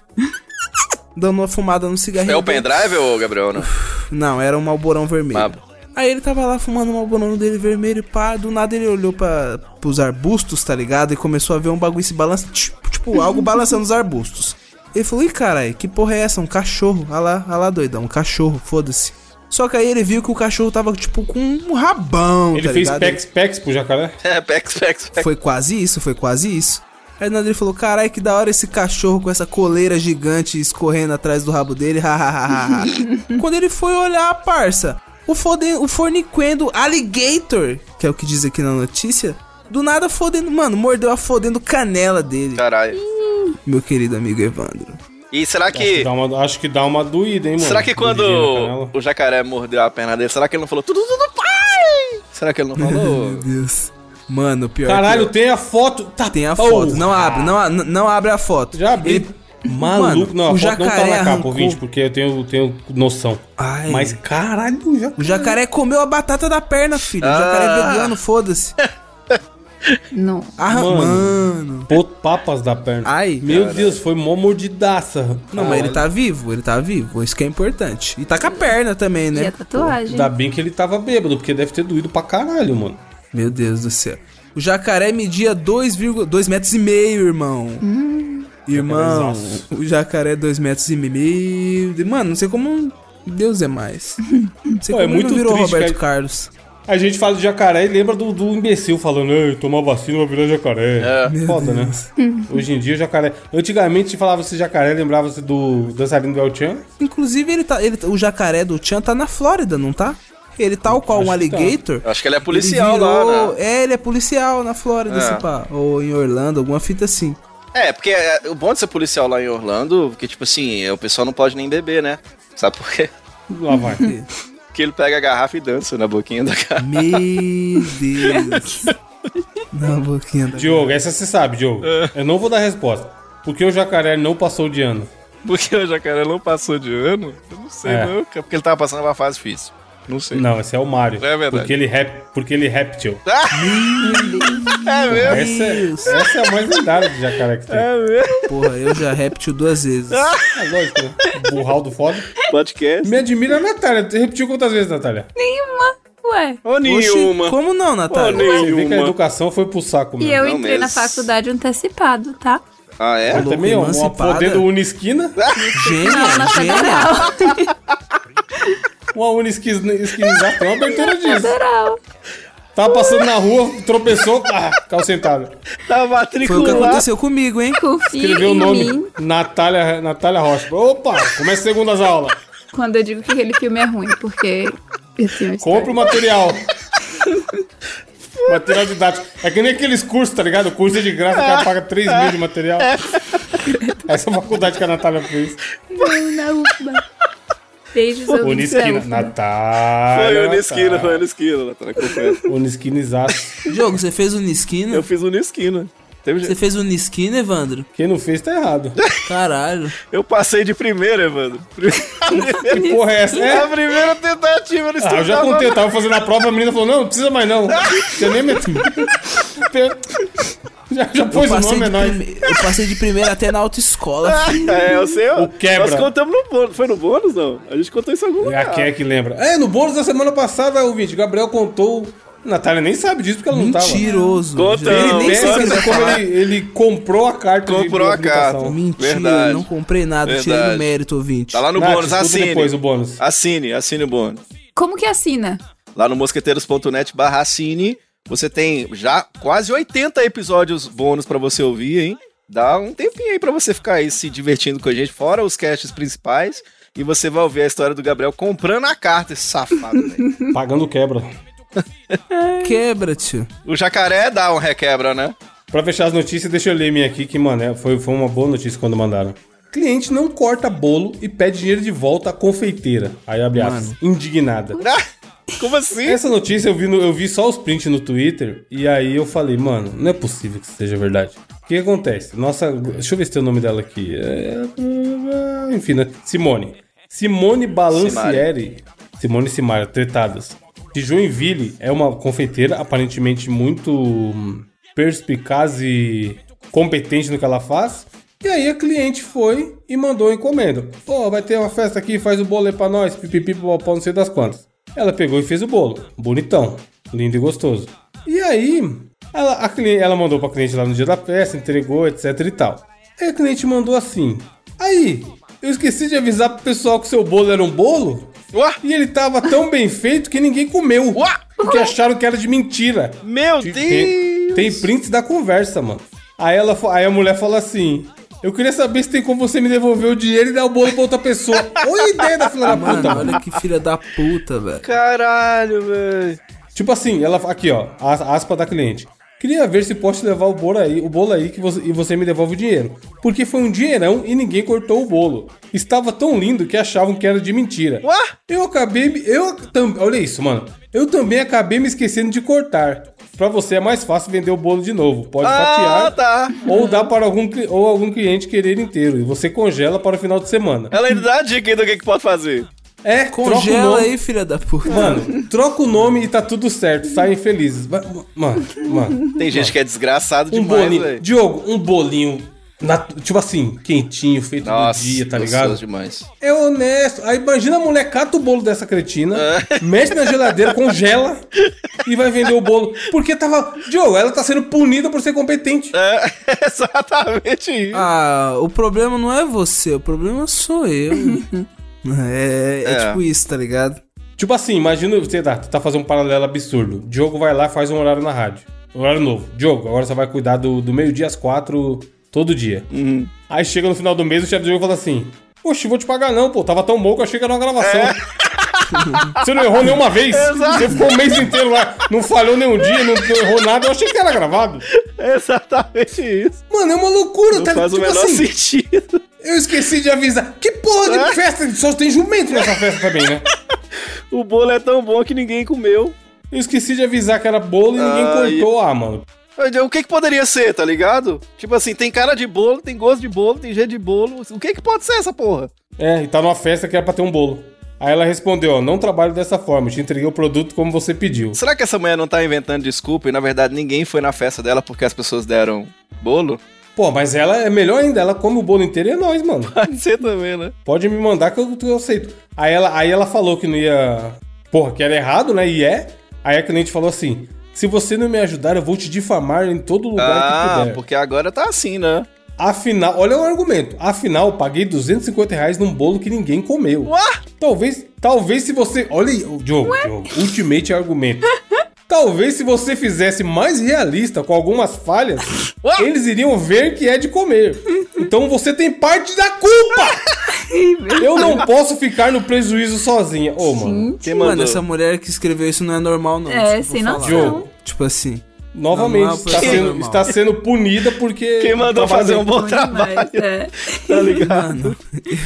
D: Dando uma fumada no cigarrinho.
C: É o
D: dele.
C: pendrive ou Gabriel, não? Ah,
D: Não, era um malborão vermelho.
C: Mabo.
D: Aí ele tava lá fumando o malborão dele vermelho e pá, do nada ele olhou pra, pros arbustos, tá ligado? E começou a ver um bagulho se balançando, tipo, tipo, algo balançando os arbustos. Ele falou, ih caralho, que porra é essa? Um cachorro, ah lá, ah lá doidão, um cachorro, foda-se. Só que aí ele viu que o cachorro tava, tipo, com um rabão,
A: Ele
D: tá
A: fez
D: ligado?
A: pex pex pro jacaré?
C: É, pex, pex, pex.
D: Foi quase isso, foi quase isso. Aí do nada ele falou, caralho, que da hora esse cachorro com essa coleira gigante escorrendo atrás do rabo dele. hahaha." Quando ele foi olhar, parça, o, fode- o forniquendo alligator, que é o que diz aqui na notícia, do nada fodendo, mano, mordeu a fodendo canela dele,
C: Caralho.
D: meu querido amigo Evandro.
C: E será
A: Acho que
C: que...
A: dá uma, acho que dá uma doída, hein, mano?
C: Será que quando
A: Doidinha na canela.
C: o jacaré mordeu a perna dele, será que ele não falou tudo, tudo, pai? Será que ele não falou?
D: Deus. Mano, pior
A: Caralho,
D: que
A: tem a foto. Tá,
D: eu- tem a
A: porra.
D: foto. Não abre, não, a- não abre a foto.
A: Já abri.
D: Ele-
A: Maluco,
D: Mano,
A: não, a
D: o
A: foto não tá
D: jacaré
A: na capa,
D: arrancou-
A: ouvinte, porque eu tenho, eu tenho noção.
D: Ai.
A: Mas caralho, o jacaré.
D: O jacaré comeu a batata da perna, filho. O
C: Ah.
D: jacaré é vegano, foda-se.
B: Não.
D: Ah,
A: Mano.
D: mano.
A: Pô, papas da perna.
D: Ai.
A: Meu Deus, foi mó mordidaça.
D: Não, mas ele tá vivo, ele tá vivo. Isso que é importante. E tá com a perna também,
B: E a
D: né?
B: tatuagem.
A: Ainda bem que ele tava bêbado, porque deve ter doído pra caralho, mano.
D: Meu Deus do céu. O jacaré media 2,2 metros e meio, irmão. Irmão,
A: Jacarezaço.
D: o jacaré é 2 metros e meio. Mano, não sei como Deus é mais. Não sei
A: Pô,
D: como
A: é
D: ele
A: muito
D: não virou
A: triste,
D: Roberto
A: cara.
D: Carlos.
A: A gente fala de jacaré e lembra do, do imbecil falando, Ei, tomar vacina vai virar jacaré.
D: É. Meu
A: Foda, né?
D: Deus.
A: Hoje em dia, o jacaré. Antigamente, falava-se jacaré, lembrava-se do dançarino do El Chan.
D: Inclusive, ele tá, ele, o jacaré do Tchan tá na Flórida, não tá? Ele tal qual um
A: Acho que tá.
D: alligator.
C: Acho que ele é
D: Ele
C: policial lá,
D: virou-
C: né?
D: É, ele é policial na Flórida,
C: É.
D: se pá. Ou em Orlando, alguma fita assim.
C: É, porque é, o bom de ser policial lá em Orlando, porque, tipo assim, o pessoal não pode nem beber, né? Sabe por quê?
A: Lá vai.
C: Porque ele pega a garrafa e dança na boquinha da garrafa.
D: Meu Deus. Na boquinha da...
A: Diogo, essa você sabe, Diogo.
D: É.
A: Eu não vou dar resposta. Porque o jacaré não passou de ano.
C: Porque o jacaré não passou de ano? Eu não sei,
A: É.
C: não. cara, Porque ele tava passando uma fase difícil. Não sei.
A: Não, esse é o Mario.
C: É verdade.
A: Porque ele, rap, porque ele reptil.
C: É mesmo?
A: Essa, essa é a mais lendária de jacaré que tem. É,
D: Porra, eu já reptil duas vezes.
C: Ah,
A: lógico, né? Burral do foda.
C: Podcast?
A: Me admira a Natália. Você repetiu quantas vezes, Natália?
B: Nenhuma. Ué.
C: Ou
D: Oxi,
C: nenhuma.
D: como não, Natália?
A: Você vê que a educação foi pro saco
B: E
A: mesmo.
B: eu
C: Não,
B: entrei na
C: mas-
B: faculdade antecipado, tá?
C: Ah, é?
A: Eu também, ó, uma
D: Emancipada.
A: poder do Unisquina. É,
B: Ah,
D: Gênia,
B: tá
D: gênia.
B: Federal.
A: Uma Unisquina esquinizada, tem uma abertura disso.
B: Federal.
A: Tava passando na rua, tropeçou, ah, caiu sentado.
C: Tá
D: Foi o que
C: matriculado.
D: aconteceu comigo, hein?
B: Confia
A: Escreveu o
B: em
A: nome.
B: mim.
A: Natália, Natália Rocha. Opa, começa segundas aulas.
B: Quando eu digo que aquele filme é ruim, porque é eu tenho
A: Compre o
B: história.
A: material. material didático. É que nem aqueles cursos, tá ligado? O curso é de graça, o cara paga 3 mil de material. Essa faculdade que a Natália fez.
B: Não, na UFBA. Beijos ao
A: Unisquina. Natália.
C: Foi o
A: Natália.
C: Nisquina, foi o Nisquina, Natália, confesso.
A: Unisquinizaço.
D: Diogo, você fez o Nisquina?
C: Eu fiz o Nisquina. Teve
D: Você
C: jeito.
D: fez o Nisquina, Evandro?
A: Quem não fez tá errado.
D: Caralho.
C: Eu passei de primeira, Evandro. A primeira,
A: Que porra é essa?
C: a
A: É?
C: primeira tentativa, eles
A: Ah, eu já contei, eu tava fazendo a prova, a menina falou, não, não precisa mais não. Você nem meteu. Já, já
D: Eu
A: pôs o
D: passei,
A: nome, é
D: de
A: nóis.
D: prime- eu passei de primeira até na autoescola. filho.
C: É, eu sei. ó.
A: O quebra.
C: Nós contamos no bônus. Foi no bônus, não? A gente contou isso em algum
A: É a
C: lugar.
A: Ké que lembra. É, no bônus da semana passada, ouvinte, Gabriel contou. Natália nem sabe disso porque ela não tava.
D: Mentiroso.
C: Conta,
D: Ele nem
A: Pensa
D: sabe o que vai
A: assim, como
D: falar.
A: ele, ele comprou a carta
C: Comprou a
A: habilitação.
C: carta.
D: Mentira,
C: Verdade.
D: não comprei nada. Tirei
C: Verdade.
D: no mérito, ouvinte.
C: Tá lá no
A: Nath,
C: bônus,
A: escuta
C: assine.
A: depois o bônus.
C: Assine, assine o bônus.
B: Como que assina?
C: Lá no mosqueteiros.net barra assine. Você tem já quase 80 episódios bônus pra você ouvir, hein? Dá um tempinho aí pra você ficar aí se divertindo com a gente, fora os casts principais. E você vai ouvir a história do Gabriel comprando a carta, esse safado, né? velho.
A: Pagando quebra.
D: Quebra, tio.
C: O jacaré dá um requebra, né?
A: Pra fechar as notícias, deixa eu ler minha aqui, que, mano, é- foi, foi uma boa notícia quando mandaram. Cliente não corta bolo e pede dinheiro de volta à confeiteira. Aí abre aspas. Indignada.
C: Como assim?
A: Essa notícia eu vi, no- eu vi só os prints no Twitter e aí eu falei, mano, não é possível que isso seja verdade. O que acontece? Nossa, deixa eu ver se tem o nome dela aqui. É, enfim, né? Simone. Simone Balancieri. Simone Simaria, tretadas. De Joinville é uma confeiteira aparentemente muito hum, perspicaz e competente no que ela faz. E aí a cliente foi e mandou a encomenda. Pô, vai ter uma festa aqui, faz o bolo aí pra nós, pipipi, popopó, não sei das quantas. Ela pegou e fez o bolo. Bonitão, lindo e gostoso. E aí, ela, a cli- ela mandou pra cliente lá no dia da festa, entregou, etc e tal. Aí a cliente mandou assim: Aí, eu esqueci de avisar pro pessoal que seu bolo era um bolo?
C: Uá!
A: E ele tava tão bem feito que ninguém comeu.
C: Uá!
A: Porque acharam que era de mentira.
C: Meu
A: Tem-
C: Deus!
A: Tem prints da conversa, mano. Aí, ela, fa- aí a mulher fala assim: Eu queria saber se tem como você me devolver o dinheiro e dar o bolo pra outra pessoa. Olha a ideia da filha da
C: Ah,
D: Mano,
C: tá.
A: puta, mano.
D: olha que filha da puta, velho.
C: Caralho, velho.
A: Tipo assim, ela. Aqui, ó, as- aspa da cliente. Queria ver se posso levar o bolo aí, o bolo aí que você, e você me devolve o dinheiro. Porque foi um dinheirão e ninguém cortou o bolo. Estava tão lindo que achavam que era de mentira.
C: Uá!
A: Eu acabei. me- Eu também. Olha isso, mano. Eu também acabei me esquecendo de cortar. pra você é mais fácil vender o bolo de novo. Pode
C: Ah,
A: fatiar
C: tá.
A: ou dar para algum, cli- ou algum cliente querer inteiro. E você congela para o final de semana.
C: Ela ainda dá a dica aí do que, que pode fazer.
A: É, troca o
D: Congela
A: nome.
D: aí, filha da puta.
A: Mano, troca o nome e tá tudo certo. Saem felizes. Ma- ma- Mano, mano.
C: Tem gente que é desgraçado
A: Um
C: demais,
A: bolinho.
C: velho.
A: Diogo, um bolinho. natu- tipo assim, quentinho, feito
C: Nossa,
A: no dia, tá
C: gostoso
A: ligado?
C: demais.
A: É honesto. Aí imagina a mulher cata o bolo dessa cretina,
C: É.
A: mete na geladeira, congela e vai vender o bolo. Porque tava. Diogo, ela tá sendo punida por ser competente.
C: É, exatamente isso.
D: Ah, o problema não é você, o problema sou eu. é, é
C: É.
D: tipo isso, tá ligado?
A: Tipo assim, imagina, você tá, tá fazendo um paralelo absurdo. Diogo vai lá faz um horário na rádio. Um Horário novo. Diogo, agora você vai cuidar do, do meio-dia às quatro todo dia.
C: Uhum.
A: Aí chega no final do mês, o chefe do Diogo fala assim: Oxe, vou te pagar não, pô. Tava tão bom que eu achei que era uma gravação.
C: É.
A: Você não errou nenhuma vez. Você ficou o mês inteiro lá, não falhou nenhum dia, não, não errou nada. Eu achei que era gravado.
C: É exatamente isso.
A: Mano, é uma loucura,
C: Não
A: tá
C: faz o
A: Tipo
C: menor
A: assim,
C: sentido.
A: eu esqueci de avisar. Que porra
C: É.
A: de festa? Só tem jumento nessa festa também, né?
C: O bolo é tão bom que ninguém comeu.
A: Eu esqueci de avisar que era bolo e
C: Ah,
A: ninguém
C: e-
A: cortou. Ah, mano.
C: O que, que poderia ser, tá ligado? Tipo assim, tem cara de bolo, tem gosto de bolo, tem jeito de bolo. O que, que pode ser essa porra?
A: É, e tá numa festa que era pra ter um bolo. Aí ela respondeu, ó, não trabalho dessa forma, te entreguei o produto como você pediu.
C: Será que essa mulher não tá inventando desculpa e na verdade ninguém foi na festa dela porque as pessoas deram bolo?
A: Pô, mas ela é melhor ainda, ela come o bolo inteiro e é nóis, mano.
C: Pode ser também, né?
A: Pode me mandar que eu, que eu aceito. Aí ela, aí ela falou que não ia. Porra, que era errado, né? E é. Aí a cliente falou assim: se você não me ajudar, eu vou te difamar em todo lugar que
C: Ah,
A: puder.
C: porque agora tá assim, né?
A: Afinal, olha o argumento. Afinal, eu paguei 250 reais num bolo que ninguém comeu.
C: Uá!
A: Talvez, talvez se você. Olha aí, ô, Diogo, Diogo, ultimate argumento. Talvez se você fizesse mais realista com algumas falhas,
C: Ué?
A: eles iriam ver que é de comer. Então você tem parte da culpa! Eu não posso ficar no prejuízo sozinha. Ô, mano.
C: Quem
D: Mano,
C: mandou?
D: essa mulher que escreveu isso não é normal, não.
B: É,
D: desculpa
B: sem
D: falar.
B: noção.
A: Diogo,
D: Tipo assim.
A: novamente,
D: Não, não,
A: está,
D: foi
A: sendo,
D: normal.
A: está sendo punida porque.
C: é Quem mandou
A: tá
C: fazer um bom
B: Bom
C: trabalho,
B: demais, é.
C: tá ligado?
D: Mano,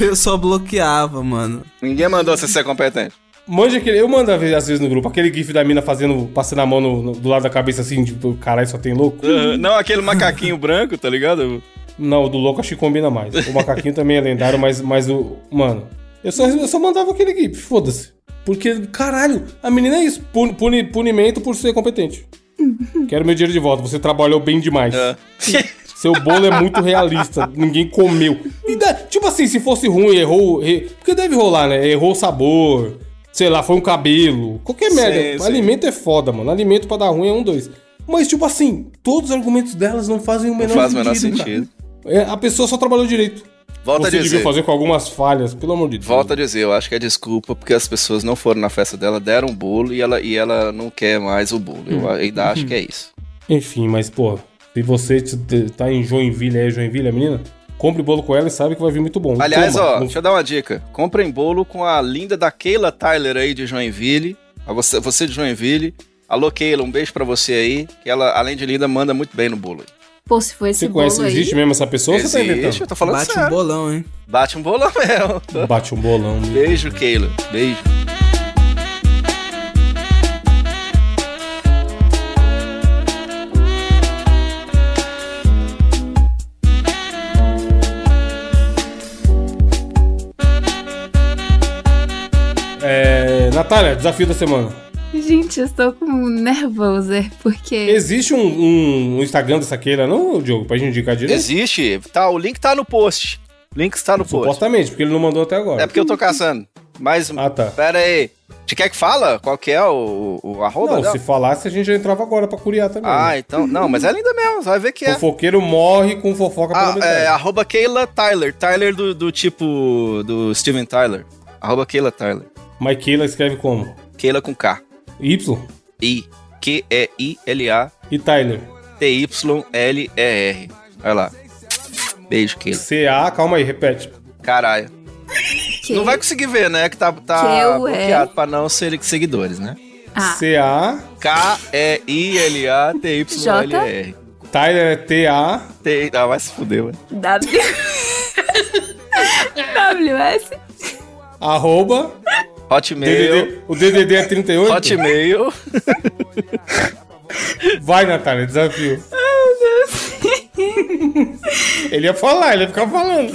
D: eu só bloqueava, mano.
C: Ninguém mandou você ser competente.
A: Mande aquele. Eu mando às vezes- às vezes no grupo aquele gif da mina fazendo. passando a mão no- no- do lado da cabeça assim, tipo, caralho, só tem louco.
C: Uhum, Não aquele macaquinho branco, tá ligado?
A: Não, o do louco acho que combina mais. O macaquinho também é lendário, mas, mas o. Mano. Eu só, eu só mandava aquele gif, foda-se. Porque, caralho, a menina é isso. Pun- puni- punimento por ser competente. Quero meu dinheiro de volta, você trabalhou bem demais.
C: É.
A: Seu bolo é muito realista, ninguém comeu. E da- tipo assim, se fosse ruim, errou. re- porque deve rolar, né? Errou o sabor, sei lá, foi um cabelo. Qualquer merda.
C: sim.
A: Alimento é foda, mano. Alimento pra dar ruim é um, dois. Mas, tipo assim, todos os argumentos delas não fazem o menor
C: faz o
A: sentido.
C: menor
A: cara.
C: sentido.
A: É, a pessoa só trabalhou direito.
C: Volta
A: Você
C: a
A: devia
C: dizer.
A: fazer com algumas falhas, pelo amor de Deus.
C: Volta a dizer, eu acho que é desculpa porque as pessoas não foram na festa dela, deram um bolo e ela, e ela não quer mais o bolo. Eu ainda acho que é isso.
A: Enfim, mas, pô, se você te- te- tá em Joinville, é Joinville, a menina, compre bolo com ela e sabe que vai vir muito bom.
C: Aliás,
A: Toma,
C: ó,
A: não-
C: deixa eu dar uma dica. Comprem bolo com a linda da Keila Tyler aí de Joinville. A você, você de Joinville. Alô, Keila, um beijo pra você aí. Que ela, além de linda, manda muito bem no bolo.
B: Pô, se for esse
A: Você
B: bolo
A: conhece,
B: aí...
A: existe mesmo essa pessoa ou você tá inventando?
C: eu tô falando
D: Bate um
C: sério.
D: bolão, hein?
C: Bate um bolo mesmo.
A: Bate um bolão.
C: beijo, Keila. Beijo.
A: É, Natália, desafio da semana.
B: Gente, eu estou com um nervoser, porque...
A: Existe um, um- um Instagram dessa queira, não, Diogo? Pra gente indicar direito?
C: Existe? Tá, o link tá no post. Link está no post.
A: Supostamente, porque ele não mandou até agora.
C: É porque eu tô caçando. Mas,
A: Ah, tá.
C: pera aí. Te quer que fala? Qual que é o, o, o arroba
A: Não,
C: dela?
A: se falasse, a gente já entrava agora pra curiar também.
C: né?
A: né?
C: Ah, então... Não, mas é linda mesmo. Você vai ver que é.
A: Fofoqueiro morre com fofoca pela
C: Ah,
A: metade.
C: é, arroba Keila Tyler. Tyler do, do tipo do Steven Tyler. Arroba Keila Tyler.
A: Mas Keila escreve como?
C: Keila com K.
A: Y
C: I. Q-E-I-L-A-T-Y-L-E-R.
A: e Tyler.
C: Olha lá. Beijo, Keila.
A: CA, calma aí, repete.
C: Caralho.
B: Que...
C: Não vai conseguir ver, né? Que tá, tá
B: Q-U-E.
C: bloqueado pra não ser seguidores, né?
B: Ah,
A: CA,
C: K-E-I-L-A-T-Y-L-E-R.
A: Tyler é TA.
C: T- Ah, vai se fuder, mano.
B: W... WS?
A: Arroba,
C: Hotmail.
A: DDD, o DDD é 38?
C: Hotmail.
A: Vai, Natália, desafio. Ele ia falar, ele ia ficar falando.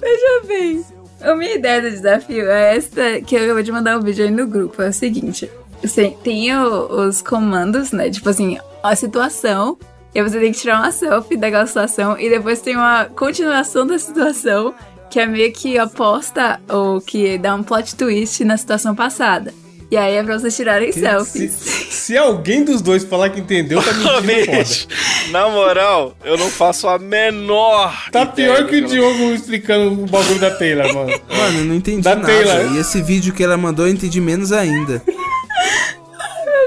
B: Veja bem. A minha ideia do desafio é esta que eu vou te mandar um vídeo aí no grupo. É o seguinte: você tem o- os comandos, né? Tipo assim, a situação. E aí você tem que tirar uma selfie daquela situação. E depois tem uma continuação da situação. Que é meio que aposta ou que dá um plot twist na situação passada. E aí é pra vocês tirarem
A: Se,
B: selfies.
A: se alguém dos dois falar que entendeu, tá mentindo foda.
C: Bicho, na moral, eu não faço a menor.
A: Tá
C: ideia
A: pior que o
C: do
A: Diogo explicando o bagulho da Taylor, mano.
D: Mano, eu não entendi
A: Da
D: nada.
A: Taylor.
D: E esse vídeo que ela mandou eu entendi menos ainda.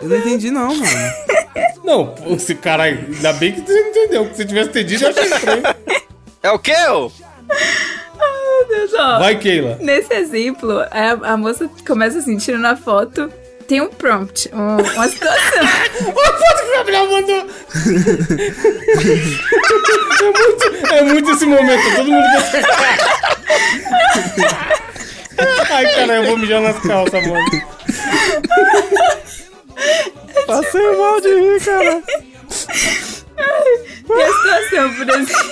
D: Eu não entendi não, mano.
A: Não, esse caralho, ainda bem que você não entendeu. que Se você tivesse entendido, eu achei estranho.
C: É o quê? ô?
B: Meu Deus, ó.
A: Vai, Keila.
B: Nesse exemplo, é, a, a moça começa assim, tirando a foto. Tem um prompt, um- uma situação.
A: Olha a foto que o Gabriel mandou. é, muito, é muito esse momento, todo mundo quer Ai, cara, eu vou mijar nas calças, mano.
D: Passei mal de rir, cara.
B: E a situação, por exemplo.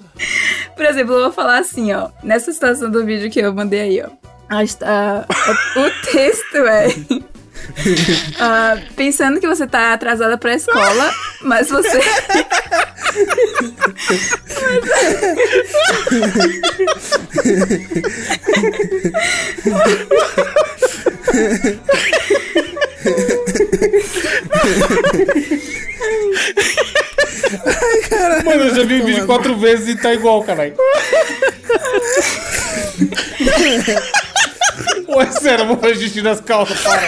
B: por exemplo, eu vou falar assim, ó. Nessa situação do vídeo que eu mandei aí, ó. A est- a- a- o texto é. ah, pensando que você tá atrasada pra escola, mas você.
A: Mano, eu já vi o vídeo quatro vezes e tá igual, caralho. Ué, é sério, eu vou fazer xixi nas calças, para.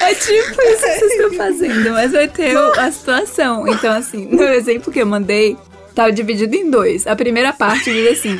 B: É tipo isso que vocês estão fazendo, mas vai ter o- a situação. Então, assim, no exemplo que eu mandei, tava dividido em dois. A primeira parte diz assim: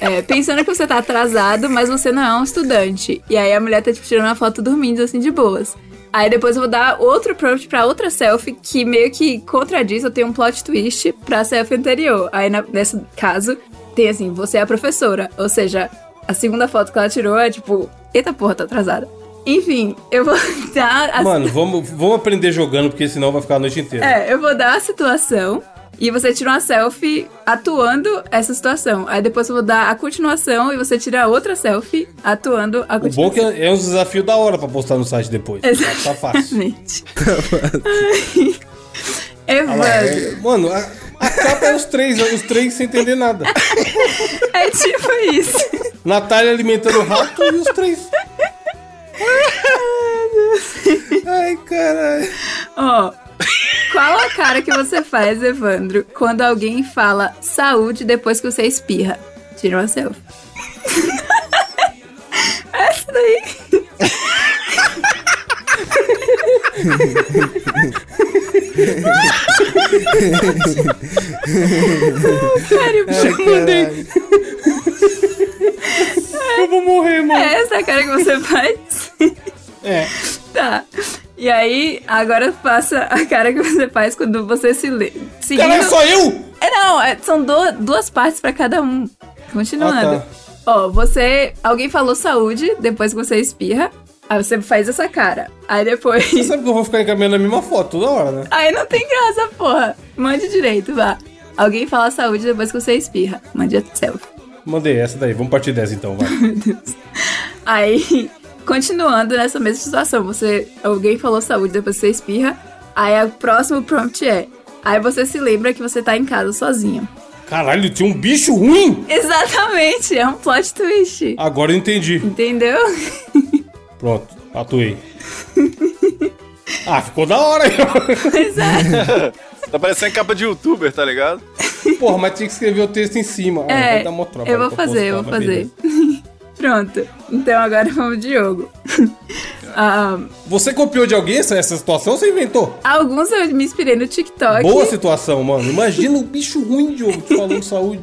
B: é, pensando que você tá atrasado, mas você não é um estudante. E aí a mulher tá tipo, tirando uma foto dormindo, assim, de boas. Aí depois eu vou dar outro prompt pra outra selfie que meio que contradiz ou tem um plot twist pra selfie anterior. Aí na- nesse caso, tem assim, você é a professora. Ou seja, a segunda foto que ela tirou é tipo, eita porra, tô atrasada. Enfim, eu vou dar a
A: Mano, vamos, vamos aprender jogando, porque senão vai ficar a noite inteira.
B: é, eu vou dar a situação e você tira uma selfie atuando essa situação. Aí depois eu vou dar a continuação e você tira outra selfie atuando a
A: O bom é que
B: continuação.
A: é um desafio da hora pra postar no site depois. Tá, tá fácil. Tá
B: Exatamente. Evandro,
A: É, Mano, a, a capa é os três, os três sem entender nada.
B: é tipo isso.
A: Natália alimentando o rato e os três.
D: Ai, caralho.
B: Ó, qual a cara que você faz, Evandro, quando alguém fala saúde depois que você espirra? Tira uma selfie. Essa daí.
A: É,
B: Cara, eu
D: Ai,
B: É.
D: caralho.
A: Eu vou morrer, mano.
B: é essa a cara que você faz?
A: É.
B: Tá. E aí, agora faça a cara que você faz quando você se lê. Seguindo...
A: Caralho, só eu?
B: É, não, é- são do- duas partes pra cada um. Continuando.
A: Ah, tá.
B: Ó, você. Alguém falou saúde, depois que você espirra. Aí você faz essa cara. Aí
A: Você
B: depois.
A: sabe que eu vou ficar encaminhando a mesma foto toda hora, né?
B: Aí não tem graça, porra. Mande direito, vá. Alguém fala saúde depois que você espirra. Mande a selfie.
A: Mandei essa daí. Vamos partir dessa então, vai.
B: Aí, continuando nessa mesma situação, você. Alguém falou saúde, depois você espirra. Aí o próximo prompt é. Aí você se lembra que você tá em casa sozinho.
A: Caralho, tinha um bicho ruim?
B: Exatamente, é um plot twist.
A: Agora eu entendi.
B: Entendeu?
A: Pronto, atuei. Ah, ficou da hora.
B: Pois é.
C: Tá parecendo capa de youtuber, tá ligado?
A: Porra, mas tinha que escrever o texto em cima. Ah,
B: É,
A: vai dar mó trabalho
B: eu vou
A: pra
B: fazer, eu
A: postar, mas
B: vou fazer.
A: beleza.
B: Pronto. Então agora vamos de Diogo. Ah,
A: Você copiou de alguém essa, essa situação ou você inventou?
B: alguns eu me inspirei no TikTok.
A: Boa situação, mano. Imagina o bicho ruim, Diogo, te falando saúde.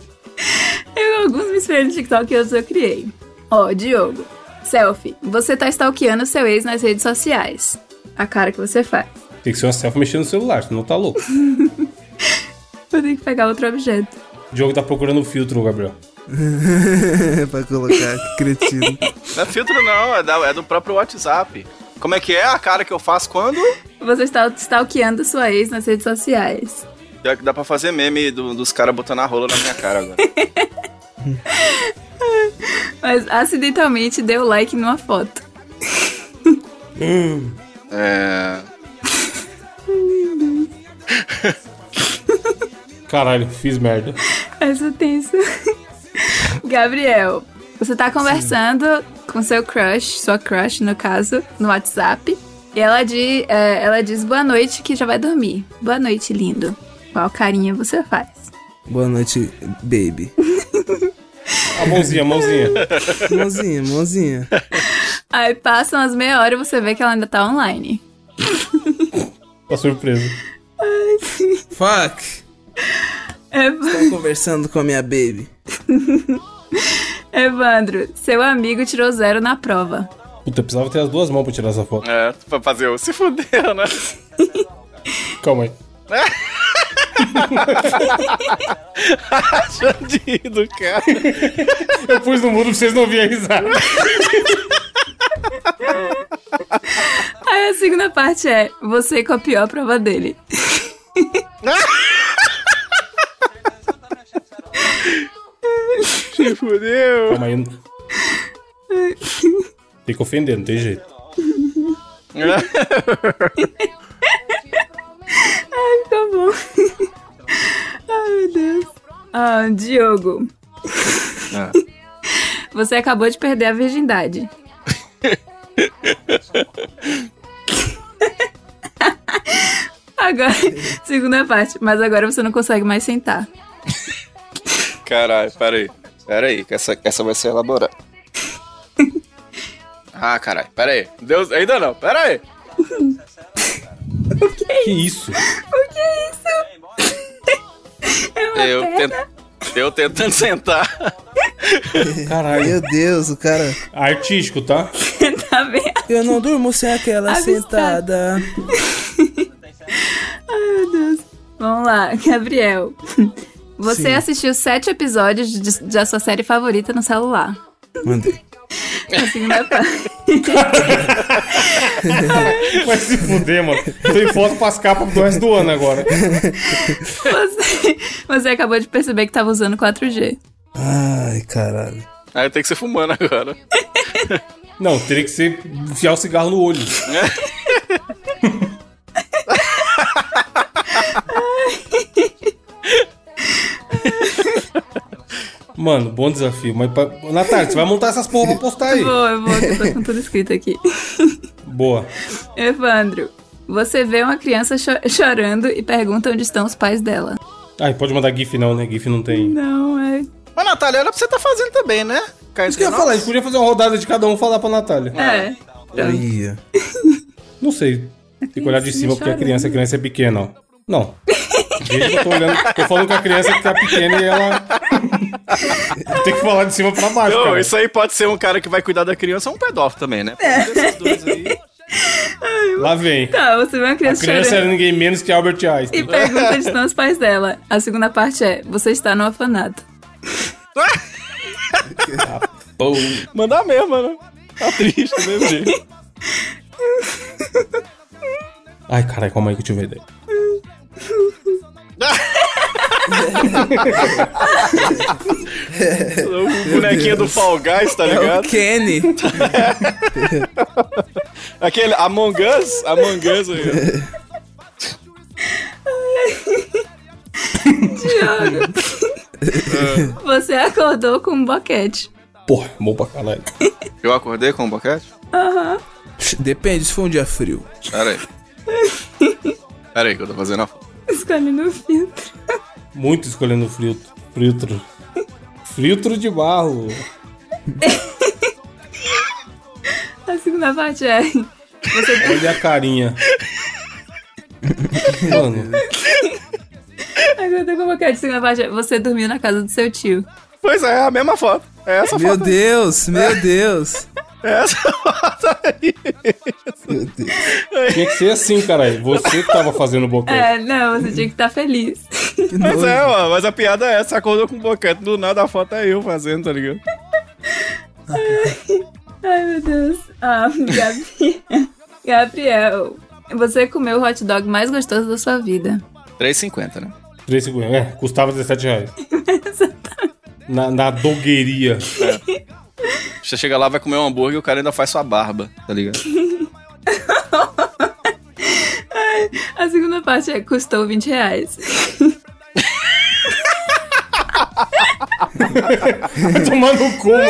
B: Eu, alguns me inspirei no TikTok e outros eu criei. Ó, Diogo. Selfie. Você tá stalkeando seu ex nas redes sociais. A cara que você faz.
A: Tem que ser uma selfie mexendo no celular, senão tá louco.
B: Vou ter que pegar outro objeto.
A: O Diogo tá procurando o filtro, Gabriel.
D: pra colocar, que cretino.
C: Não é filtro, não, é, da- é do próprio WhatsApp. Como é que é a cara que eu faço quando?
B: Você está stalkeando sua ex nas redes sociais.
C: Pior que dá pra fazer meme do- dos caras botando a rola na minha cara agora.
B: Mas acidentalmente deu like numa foto.
C: É.
A: Caralho, fiz merda.
B: Essa tensa. Gabriel, você tá conversando com seu crush, sua crush no caso, no WhatsApp. E ela, di, é, ela diz boa noite que já vai dormir. Boa noite, lindo. Qual carinha você faz?
D: Boa noite, baby.
A: A mãozinha, a mãozinha.
D: Mãozinha, mãozinha.
B: Aí passam as meia hora e você vê que ela ainda tá online.
A: Tá surpresa.
D: Fuck.
B: Ev-
D: Tô conversando com a minha baby.
B: Evandro, seu amigo tirou zero na prova.
A: Puta, eu precisava ter as duas mãos pra tirar essa foto.
C: É, pra fazer o. Se fudeu, né?
A: Calma aí.
C: Jandido, cara.
A: Eu pus no mudo pra vocês não virem a risada.
B: Aí a segunda parte é: você copiou a prova dele.
C: Se fudeu.
A: Calma aí. Tem que ofender, não tem jeito.
B: Tá bom. Ai, meu Deus. Ah, Diogo.
C: Ah.
B: Você acabou de perder a virgindade. Agora, segunda parte. Mas agora você não consegue mais sentar.
C: Caralho, peraí. Peraí, que essa, que essa vai ser elaborada. Ah, caralho, peraí. Deus, ainda não, peraí.
A: Que isso?
B: O que é isso?
C: É, Eu, tent- eu tentando sentar.
A: Caralho.
D: Meu Deus, o cara.
A: Artístico, tá?
B: Tá vendo?
D: Eu não durmo sem aquela sentada.
B: Avistado. Vamos lá, Gabriel. Você
D: Sim.
B: assistiu sete episódios de, de a sua série favorita no celular.
D: Mandei.
B: Na segunda parte.
A: Vai se fuder, mano. Tem foto pras capas do resto do ano agora.
B: Você, você acabou de perceber que tava usando 4G.
D: Ai, caralho.
C: Aí tem que ser fumando agora.
A: Não, teria que ser enfiar o cigarro no olho. Mano, bom desafio. Mas pra... Natália, você vai montar essas porra pra postar aí.
B: Boa, eu vou, que eu tô com tudo escrito aqui.
A: Boa.
B: Evandro, você vê uma criança cho- chorando e pergunta onde estão os pais dela.
A: Ai, pode mandar GIF não, né? GIF não tem.
B: Não, é.
C: Mas, Natália, era pra você tá fazendo também, né? Caiu
A: Isso que eu ia falar, a gente podia fazer uma rodada de cada um falar pra Natália.
B: É. Pronto.
D: Ia.
A: Não sei. Tem que olhar de
B: Criancinha
A: cima porque a
B: chorando.
A: criança, a criança é pequena, ó. Não. Veja que eu tô olhando. Tô falando com a criança que tá pequena e ela. Tem que falar de cima pra baixo,
C: Não,
A: cara.
C: isso aí pode ser um cara que vai cuidar da criança ou um pedófilo também, né? Esses dois aí. é
A: Lá vem.
B: Tá, você vê uma
A: A
B: criança,
A: criança é
B: chorando
A: era ninguém menos que Albert
B: e
A: Einstein.
B: pergunta onde estão os pais dela. A segunda parte é: você está no orfanato.
A: Pô.
C: Mandar mesmo, mano. Tá triste do mesmo jeito.
A: Ai, caralho, calma aí que eu tive uma ideia.
C: O bonequinho do Fall Guys, tá
D: É o
C: ligado?
D: Kenny.
C: Aquele Among Us, Among Us aí.
B: Você acordou com um boquete.
A: Porra, é bom pra caralho.
C: Eu acordei com o boquete?
D: Depende, se for um dia frio.
C: Pera aí. Pera aí que eu tô fazendo a foto.
B: Escolhendo o filtro.
A: Muito escolhendo filtro. Filtro. Filtro de barro.
B: A segunda parte é:
A: Olha a carinha. Mano,
B: acordou com um boquete. A segunda parte é: você dormiu na casa do seu tio.
C: Pois é, é a mesma foto. É essa
D: Meu
C: foto.
D: Deus, meu Deus.
C: É essa foto aí.
A: tinha que ser assim, caralho. Você que tava fazendo o boquete.
B: É, não, você tinha que estar feliz.
D: Que
C: Mas
D: nojo.
C: é, ó, mas a piada é essa, acordou com o boquete, do nada a foto é eu fazendo, tá ligado?
B: Ai, meu Deus. Ah, Gabi. Gabriel, você comeu o hot dog mais gostoso da sua vida.
C: 3,50, né?
A: 3,50. É, custava 17 reais. na, na dogueria.
C: Você chega lá, vai comer um hambúrguer e o cara ainda faz sua barba, tá ligado?
B: A segunda parte é custou 20 reais.
A: Vai tomar no cu, mano.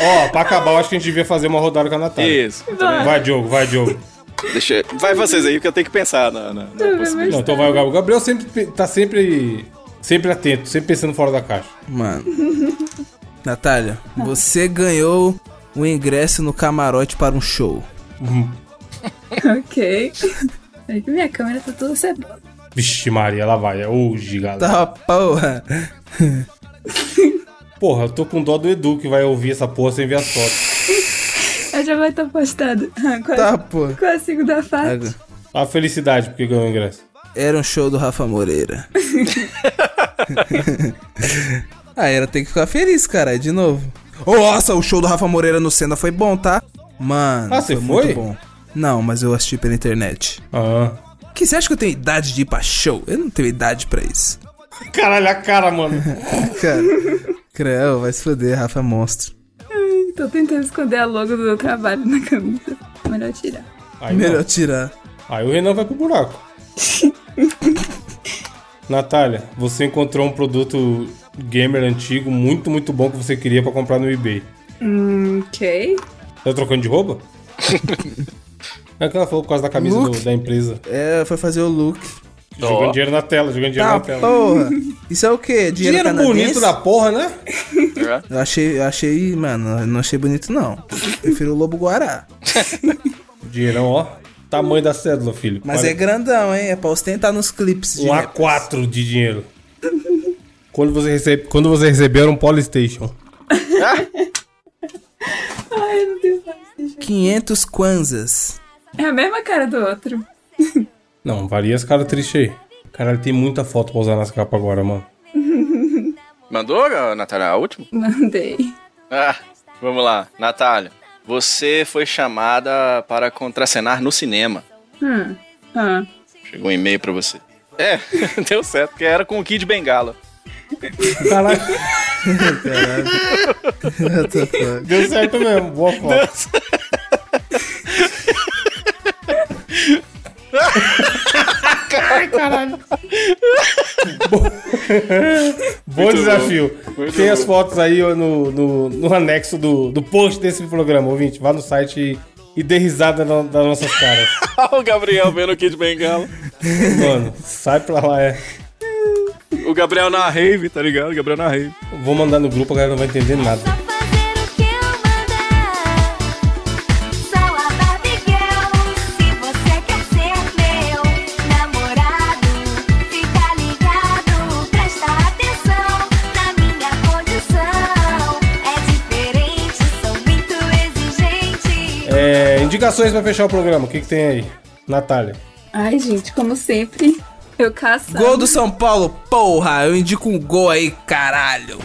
A: Ó, pra acabar, eu acho que a gente devia fazer uma rodada com a Natália.
C: Isso.
A: Vai, Diogo, vai, Diogo.
C: Deixa eu- Vai vocês aí, que eu tenho que pensar na, na, na possibilidade.
A: Não, então vai o Gabriel. O Gabriel sempre pe- tá sempre. Sempre atento, sempre pensando fora da caixa.
D: Mano. Natália, você ganhou um ingresso no camarote para um show.
B: ok. Peraí que minha câmera tá toda cebosa.
A: Vixe, Maria, lá vai. É hoje, galera.
D: Tá, porra.
A: Porra, eu tô com dó do Edu que vai ouvir essa porra sem ver as fotos.
B: Eu já vai estar postado. Ah, qual,
D: Tá, pô.
B: qual é a segunda parte?
A: A felicidade, porque ganhou o ingresso.
D: Era um show do Rafa Moreira. ah, era ter que ficar feliz, cara, de novo. Ô, Nossa, o show do Rafa Moreira no Senna foi bom, tá? Mano,
A: Ah, você foi?
D: muito bom. Não, mas eu assisti pela internet.
A: Ah.
D: Que você acha que eu tenho idade de ir pra show? Eu não tenho idade pra isso.
A: Caralho, a cara, mano.
D: Cara, creu, vai se foder, Rafa é monstro.
B: Ai, Tô tentando esconder a logo do meu trabalho na camisa. Melhor tirar.
A: Aí, não.
D: Melhor tirar.
A: Aí o Renan vai pro buraco. Natália, você encontrou um produto gamer antigo muito, muito bom que você queria pra comprar no eBay.
B: Hum, ok.
A: Tá trocando de roupa? é que ela falou por causa da camisa
D: Look.
A: do- da empresa.
D: É, foi fazer o look.
A: Jogando dinheiro na tela, jogando dinheiro
D: Tá,
A: na tela.
D: porra. Isso é o quê? Dinheiro,
A: Dinheiro
D: canadense?
A: bonito da porra, né?
D: Eu achei, eu achei, mano, eu não achei bonito não. Prefiro o Lobo Guará.
A: Dinheirão, ó. Tamanho da cédula, filho.
D: Mas
A: Olha,
D: é né? grandão, hein? É pra ostentar nos clipes. de
A: Um
D: rappers.
A: A4 de dinheiro. Quando você, recebe, quando você recebeu era um Polystation.
B: Ai, meu Deus. do céu.
D: 500 kwanzas.
B: É a mesma cara do outro.
A: Não, varia as caras tristes aí. Caralho, tem muita foto pra usar nas capas agora, mano.
C: Mandou, ah, Natália, a última?
B: Mandei.
C: Ah, vamos lá. Natália, você foi chamada para contracenar no cinema.
B: Hum. Ah.
C: Chegou um e-mail pra você. É, deu certo, porque era com o Kid Bengala.
A: Caralho,
D: What the fuck?
A: deu certo mesmo. Boa foto. Bom
C: Muito
A: desafio.
C: bom. Muito
A: Tem as
C: bom.
A: fotos aí ó, no, no, no anexo do, do post desse programa, ouvinte. Vá no site e, e dê risada na- das nossas caras.
C: o Gabriel vendo o Kid Bengala.
A: Mano, sai pra lá, é.
C: O Gabriel na rave, tá ligado? O Gabriel na rave.
A: Vou mandar no grupo, a galera não vai entender nada.
F: Só fazer o que eu mandar. Sou a Barbie Girl. Se você quer ser meu namorado, fica ligado, presta atenção na minha condição. É diferente, sou muito exigente.
A: É, indicações pra fechar o programa, o que, que tem aí? Natália.
B: Ai, gente, como sempre, eu caçando.
D: Gol do São Paulo, porra! Eu indico um gol aí, caralho!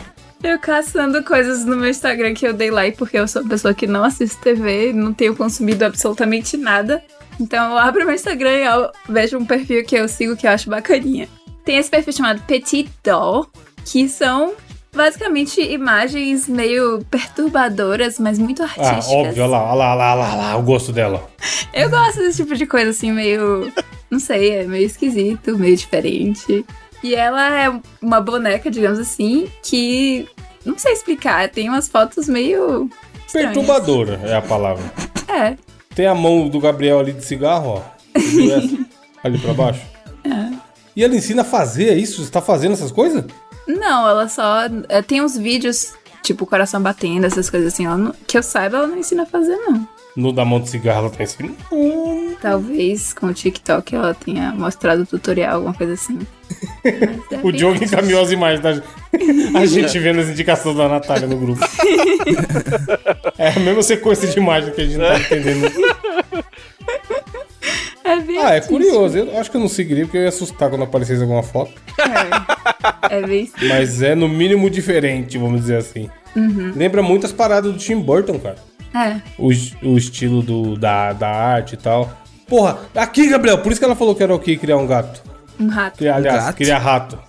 B: Eu caçando coisas no meu Instagram que eu dei like, porque eu sou uma pessoa que não assiste TV, não tenho consumido absolutamente nada. Então eu abro meu Instagram e eu vejo um perfil que eu sigo que eu acho bacaninha. Tem esse perfil chamado Petit Doll, que são basicamente imagens meio perturbadoras, mas muito
A: Ah,
B: artísticas.
A: óbvio, olha lá, olha lá, olha lá, olha lá, o gosto dela.
B: Eu gosto desse tipo de coisa assim, meio. Não sei, é meio esquisito, meio diferente. E ela é uma boneca, digamos assim, que. Não sei explicar, tem umas fotos meio. estranhas.
A: Perturbadora é a palavra.
B: É.
A: Tem a mão do Gabriel ali de cigarro, ó. Você viu essa? ali pra baixo. E ela ensina a fazer isso? Você tá fazendo essas coisas?
B: Não, ela só. é, tem uns vídeos, tipo, coração batendo, essas coisas assim. ela não- que eu saiba, ela não ensina a fazer, não.
A: No da mão de cigarro ela tá ensinando.
B: Talvez com o TikTok ela tenha mostrado o tutorial, alguma coisa assim. Mas é deve-
A: O Diogo encaminhou as imagens da a gente vendo as indicações da Natália no grupo. É a mesma sequência de imagens que a gente não tá entendendo.
B: É bem
A: Ah, é
B: artístico.
A: curioso. Eu acho que eu não seguiria porque eu ia assustar quando aparecesse alguma foto.
B: É, é bem
A: Mas é no mínimo diferente, vamos dizer assim.
B: Uhum.
A: Lembra muitas paradas do Tim Burton, cara.
B: É.
A: O, es- o estilo do, da, da arte e tal. Porra, aqui, Gabriel, por isso que ela falou que era o que criar um gato.
B: Um rato.
A: Criar, aliás,
D: gato?
A: criar rato.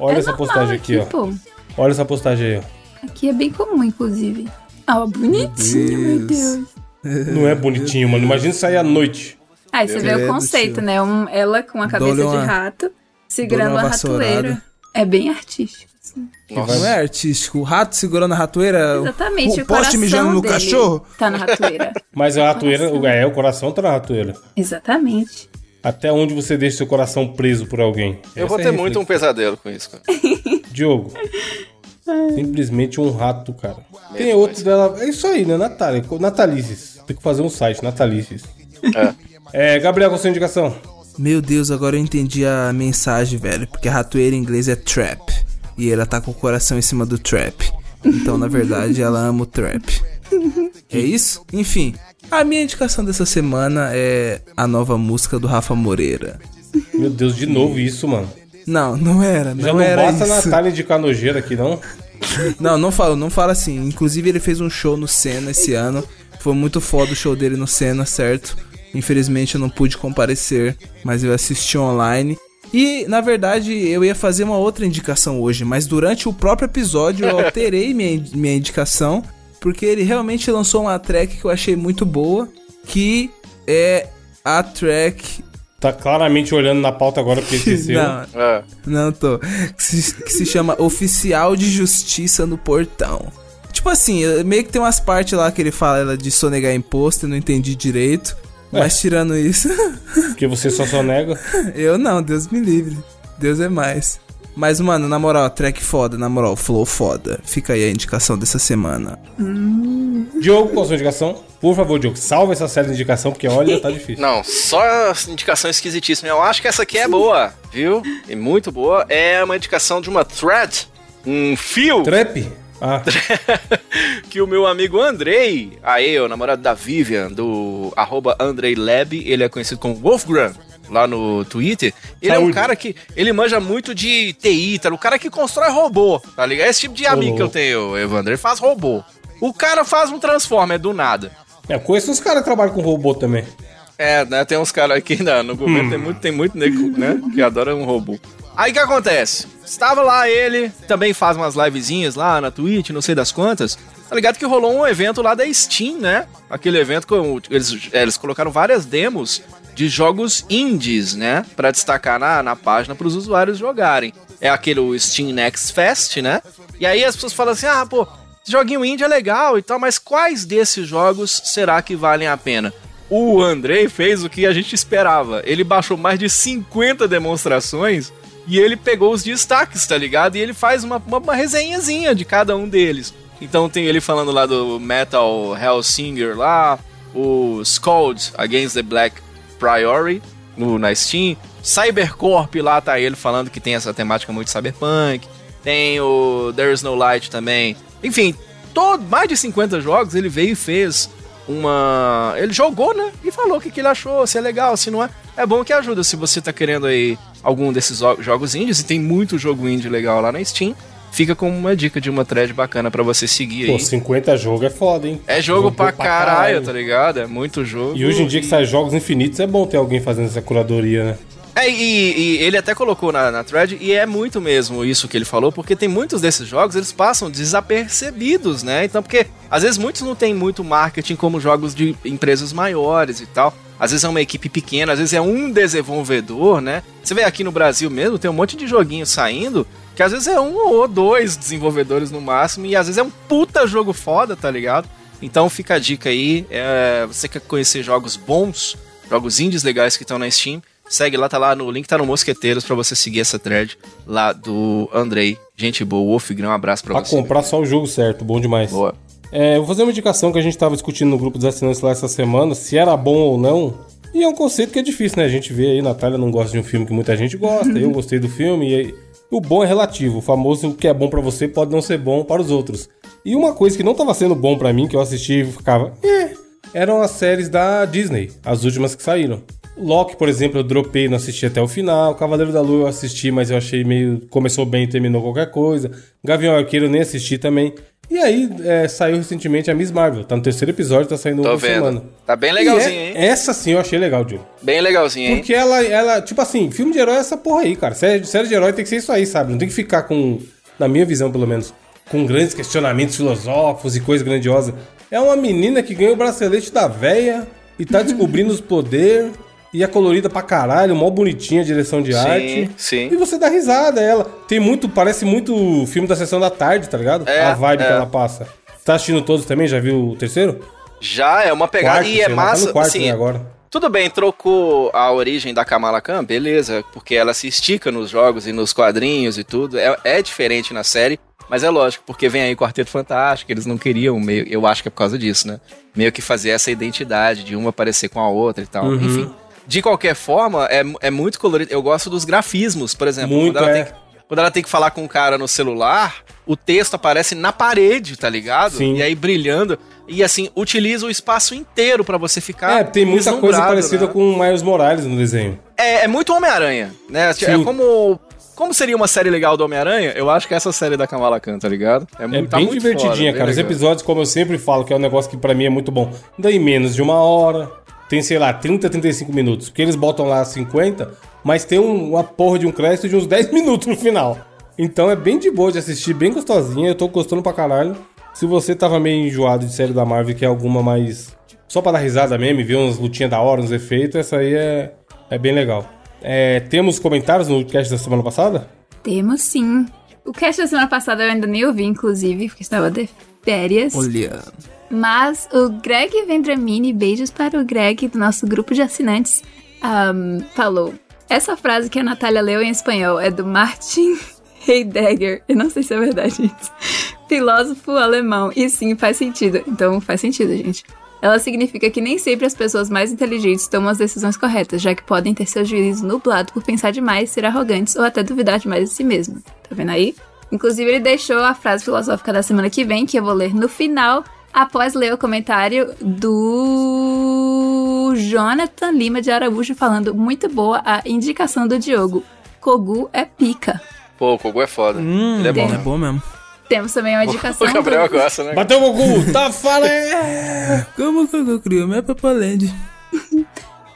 A: Olha
B: É
A: essa
B: normal
A: postagem aqui, ó.
B: Pô.
A: Olha essa postagem aí, ó.
B: Aqui é bem comum, inclusive. Ah, ó, bonitinho, meu
D: Deus.
B: Deus.
A: Não é bonitinho, mano. Imagina sair à noite.
B: Aí Ah, você vê
D: Credo,
B: o conceito,
D: tio.
B: né? Um- ela com a cabeça
D: Dou-lhe uma-
B: de rato, segurando
D: dou-lhe
B: uma,
D: uma
B: ratoeira.
D: vassourada.
B: É bem artístico. assim.
D: Não é artístico. O rato segurando a ratoeira.
B: Exatamente, o
D: Então, O poste
B: coração
D: mijando no
B: dele
D: cachorro.
B: Tá na ratoeira.
A: Mas a ratoeira. É, o coração tá na ratoeira.
B: Exatamente.
A: Até onde você deixa seu coração preso por alguém?
C: Eu vou
A: Essa é
C: ter
A: a
C: muito um
A: reflexão.
C: pesadelo com isso, cara.
A: Diogo. Simplesmente um rato, cara. Tem
C: Mesmo,
A: outro
C: mas-
A: dela. É isso aí, né? Natália. Co- Natalices. Tem que fazer um site, Natalices.
C: É.
A: É, Gabriel, qual a sua indicação?
D: Meu Deus, agora eu entendi a mensagem, velho. Porque ratoeira em inglês é trap. E ela tá com o coração em cima do trap. Então, na verdade, ela ama o trap. É isso? Enfim. A minha indicação dessa semana é a nova música do Rafa Moreira.
A: Meu Deus, de novo isso, mano.
D: Não, não era. Não,
A: Já não,
D: era
A: basta a
D: isso.
A: Natália indicar nojeira aqui, não?
D: Não, não fala, não fala assim. Inclusive, ele fez um show no Senna esse ano. Foi muito foda o show dele no Senna, certo? Infelizmente eu não pude comparecer, mas eu assisti online. E, na verdade, eu ia fazer uma outra indicação hoje, mas durante o próprio episódio eu alterei minha, minha indicação, porque ele realmente lançou uma track que eu achei muito boa, que é a track.
A: Tá claramente olhando na pauta agora porque esqueceu.
D: Não,
C: É.
D: não tô. Que se, que se chama Oficial de Justiça no Portão. Tipo assim, eu- meio que tem umas partes lá que ele fala de sonegar imposto, eu não entendi direito.
C: É.
D: Mas tirando isso,
A: Porque você só só nega.
D: eu não, Deus me livre. Deus é mais. Mas, mano, na moral, track foda, na moral, flow foda. Fica aí a indicação dessa semana.
A: Diogo, qual a sua indicação? Por favor, Diogo, salva essa série de indicação, porque olha, tá difícil.
C: Não, só indicação esquisitíssima. Eu acho que essa aqui é boa, viu? E muito boa. É uma indicação de uma thread, um fio
A: Trap? Ah,
C: que o meu amigo Andrei, aí, o namorado da Vivian, do arroba Andrei Lab, ele é conhecido como Wolfgram lá no Twitter. Ele é um
A: Saúde.
C: cara que. Ele manja muito de TI, tá? O cara que constrói robô, tá ligado? Esse tipo de amigo que eu
A: louco.
C: tenho, Evandro. Ele faz robô. O cara faz um Transformer do nada.
A: é, eu conheço uns caras que trabalham com robô também.
C: É, né? Tem uns caras aqui na- no governo, tem muito, tem muito nego, né? Que adora um robô. Aí o que acontece? Estava lá ele, também faz umas livezinhas lá na Twitch, não sei das quantas. Tá ligado que rolou um evento lá da Steam, né? Aquele evento que eu- eles, é, eles colocaram várias demos de jogos indies, né? Pra destacar na, na página pros usuários jogarem. É aquele o Steam Next Fest, né? E aí as pessoas falam assim: ah, pô, esse joguinho indie é legal e tal, mas quais desses jogos será que valem a pena? O Andrei fez o que a gente esperava. Ele baixou mais de 50 demonstrações e ele pegou os destaques, tá ligado? E ele faz uma, uma, uma resenhazinha de cada um deles. Então tem ele falando lá do Metal Hellsinger lá, o Scold Against the Black Priory no, na Steam. Cybercorp lá tá ele falando que tem essa temática muito cyberpunk. Tem o There Is No Light também. Enfim, todo, mais de 50 jogos ele veio e fez uma. Ele jogou, né? E falou o que, que ele achou, se é legal, se não é. É bom que ajuda se você tá querendo aí algum desses jo- jogos indies. E tem muito jogo indie legal lá na Steam. Fica com uma dica de uma thread bacana pra você seguir
A: Pô,
C: aí.
A: 50 jogo é foda, hein?
C: É jogo pra caralho, tá
A: ligado?
C: ligado? É muito jogo.
A: E hoje em dia que sai jogos infinitos, é bom ter alguém fazendo essa curadoria, né?
C: É, e, e ele até colocou na, na thread, e é muito mesmo isso que ele falou, porque tem muitos desses jogos, eles passam desapercebidos, né? Então, porque às vezes muitos não tem muito marketing como jogos de empresas maiores e tal. Às vezes é uma equipe pequena, às vezes é um desenvolvedor, né? Você vê aqui no Brasil mesmo, tem um monte de joguinho saindo, que às vezes é um ou dois desenvolvedores no máximo, e às vezes é um puta jogo foda, tá ligado? Então fica a dica aí, é, você quer conhecer jogos bons, jogos indies legais que estão na Steam, Segue lá, tá lá no link, tá no Mosqueteiros pra você seguir essa thread lá do Andrei. Gente boa, Wolfgram, um abraço pra
A: Pra
C: você.
A: comprar só o jogo certo, bom demais.
C: Boa.
A: É, eu vou fazer uma indicação que a gente tava discutindo no grupo dos assinantes lá essa semana, se era bom ou não. E é um conceito que é difícil, né? A gente vê aí, Natália não gosta de um filme que muita gente gosta, eu gostei do filme, e aí- o bom é relativo. O famoso o que é bom pra você pode não ser bom para os outros. E uma coisa que não tava sendo bom pra mim, que eu assisti e ficava, "Eh", eram as séries da Disney, as últimas que saíram. Loki, por exemplo, eu dropei, não assisti até o final. Cavaleiro da Lua eu assisti, mas eu achei meio. Começou bem e terminou qualquer coisa. Gavião Arqueiro eu nem assisti também. E aí é, saiu recentemente a Miss Marvel. Tá no terceiro episódio, tá saindo
C: Tô
A: uma por
C: vendo.
A: semana.
C: Tá bem
A: E
C: legalzinho,
A: é-
C: hein?
A: Essa sim eu achei legal, Diogo.
C: Bem legalzinho, hein?
A: Porque ela, ela, tipo assim, filme de herói é essa porra aí, cara. Série, série de herói tem que ser isso aí, sabe? Não tem que ficar com, na minha visão pelo menos, com grandes questionamentos filosóficos e coisa grandiosa. É uma menina que ganha o bracelete da véia e tá descobrindo os poderes. E é colorida pra caralho, mó bonitinha a direção de
C: Sim,
A: arte.
C: sim.
A: E você dá risada, ela. Tem muito, parece muito filme da sessão da tarde, tá ligado?
C: É,
A: a vibe
C: é.
A: que ela passa. Tá assistindo todos também? Já viu o terceiro?
C: Já é uma pegada
A: Quarto,
C: e é
A: sei lá, tá no
C: massa.
A: quarto,
C: assim,
A: né, agora.
C: Tudo bem, trocou a origem da Kamala Khan, beleza, porque ela se estica nos jogos e nos quadrinhos e tudo. É, é diferente na série, mas é lógico, porque vem aí Quarteto Fantástico, eles não queriam, meio, eu acho que é por causa disso, né? Meio que fazer essa identidade de uma parecer com a outra e
A: Uhum.
C: tal. Enfim. De qualquer forma, é, mu- é muito colorido. Eu gosto dos grafismos, por exemplo.
A: Muito,
C: quando, ela
A: é.
C: tem que, quando ela tem que falar com um cara no celular, o texto aparece na parede, tá ligado?
A: Sim.
C: E aí brilhando. E assim, utiliza o espaço inteiro pra você ficar.
A: É, tem muita coisa
C: deslumbrado,
A: parecida
C: né?
A: com o Miles Morales no desenho.
C: É, é muito Homem-Aranha, né?
A: Sim.
C: É como. Como seria uma série legal do Homem-Aranha? Eu acho que é essa série da Kamala Khan, tá ligado?
A: É
C: muito- tá
A: bem
C: muito foda,
A: divertidinha,
C: bem
A: cara. Os
C: legal.
A: episódios, como eu sempre falo, que é um negócio que pra mim é muito bom. Daí menos de uma hora, tem, sei lá, 30, 35 minutos. Porque eles botam lá 50, mas tem um- uma porra de um crédito de uns 10 minutos no final. Então é bem de boa de assistir, bem gostosinha. Eu tô gostando pra caralho. Se você tava meio enjoado de série da Marvel, que é alguma mais. Só pra dar risada mesmo, e ver umas lutinhas da hora, uns efeitos, essa aí é, é bem legal. É, temos comentários no cast da semana passada?
B: Temos sim. O cast da semana passada eu ainda nem ouvi, inclusive, porque estava de férias.
D: Olha.
B: Mas o Greg Vendramini, beijos para o Greg do nosso grupo de assinantes, ahm, falou. Essa frase que a Natália leu em espanhol é do Martin Heidegger. Eu não sei se é verdade isso. Filósofo alemão. E sim, faz sentido. Então faz sentido, gente. Ela significa que nem sempre as pessoas mais inteligentes tomam as decisões corretas, já que podem ter seu juízo nublado por pensar demais, ser arrogantes ou até duvidar demais de si mesmo. Tá vendo aí? Inclusive, ele deixou a frase filosófica da semana que vem, que eu vou ler no final, após ler o comentário do Jonathan Lima de Araújo falando muito boa a indicação do Diogo. Kogu é pica.
C: Pô, o Kogu é foda.
A: Hum.
C: Ele é bom.
D: É
C: né?
D: bom mesmo.
B: Temos também uma indicação
C: O Gabriel
B: do...
C: gosta, né?
A: Bateu tá o Goku! Tafaré!
D: Como que eu crio minha papalende?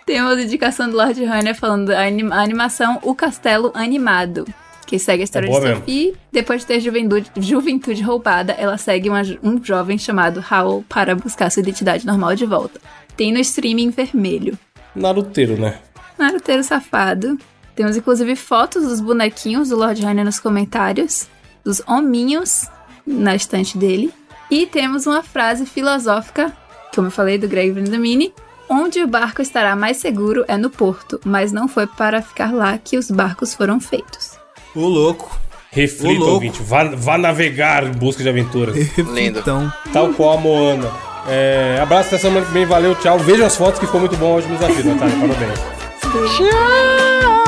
B: Temos a indicação do Lord Runner falando a, anim- a animação O Castelo Animado, que segue a história
A: É boa
B: de
A: mesmo.
B: Sophie. Depois de ter juventude, juventude roubada, ela segue uma ju- um jovem chamado Howl para buscar sua identidade normal de volta. Tem no streaming vermelho.
A: Naruteiro, né?
B: Naruteiro safado. Temos inclusive fotos dos bonequinhos do Lord Runner nos comentários, dos hominhos na estante dele. E temos uma frase filosófica, como eu falei, do Greg Vendamini. Onde o barco estará mais seguro é no porto, mas não foi para ficar lá que os barcos foram feitos.
D: Ô, louco. Ô,
A: Reflita,
D: louco.
A: ouvinte. Vá, vá navegar em busca de aventuras.
C: Lindo.
D: Então,
A: Tal qual a Moana. É, abraço até semana que vem. Valeu, tchau. Vejam as fotos que ficou muito bom hoje no desafio, Natália. Parabéns.
F: Tchau!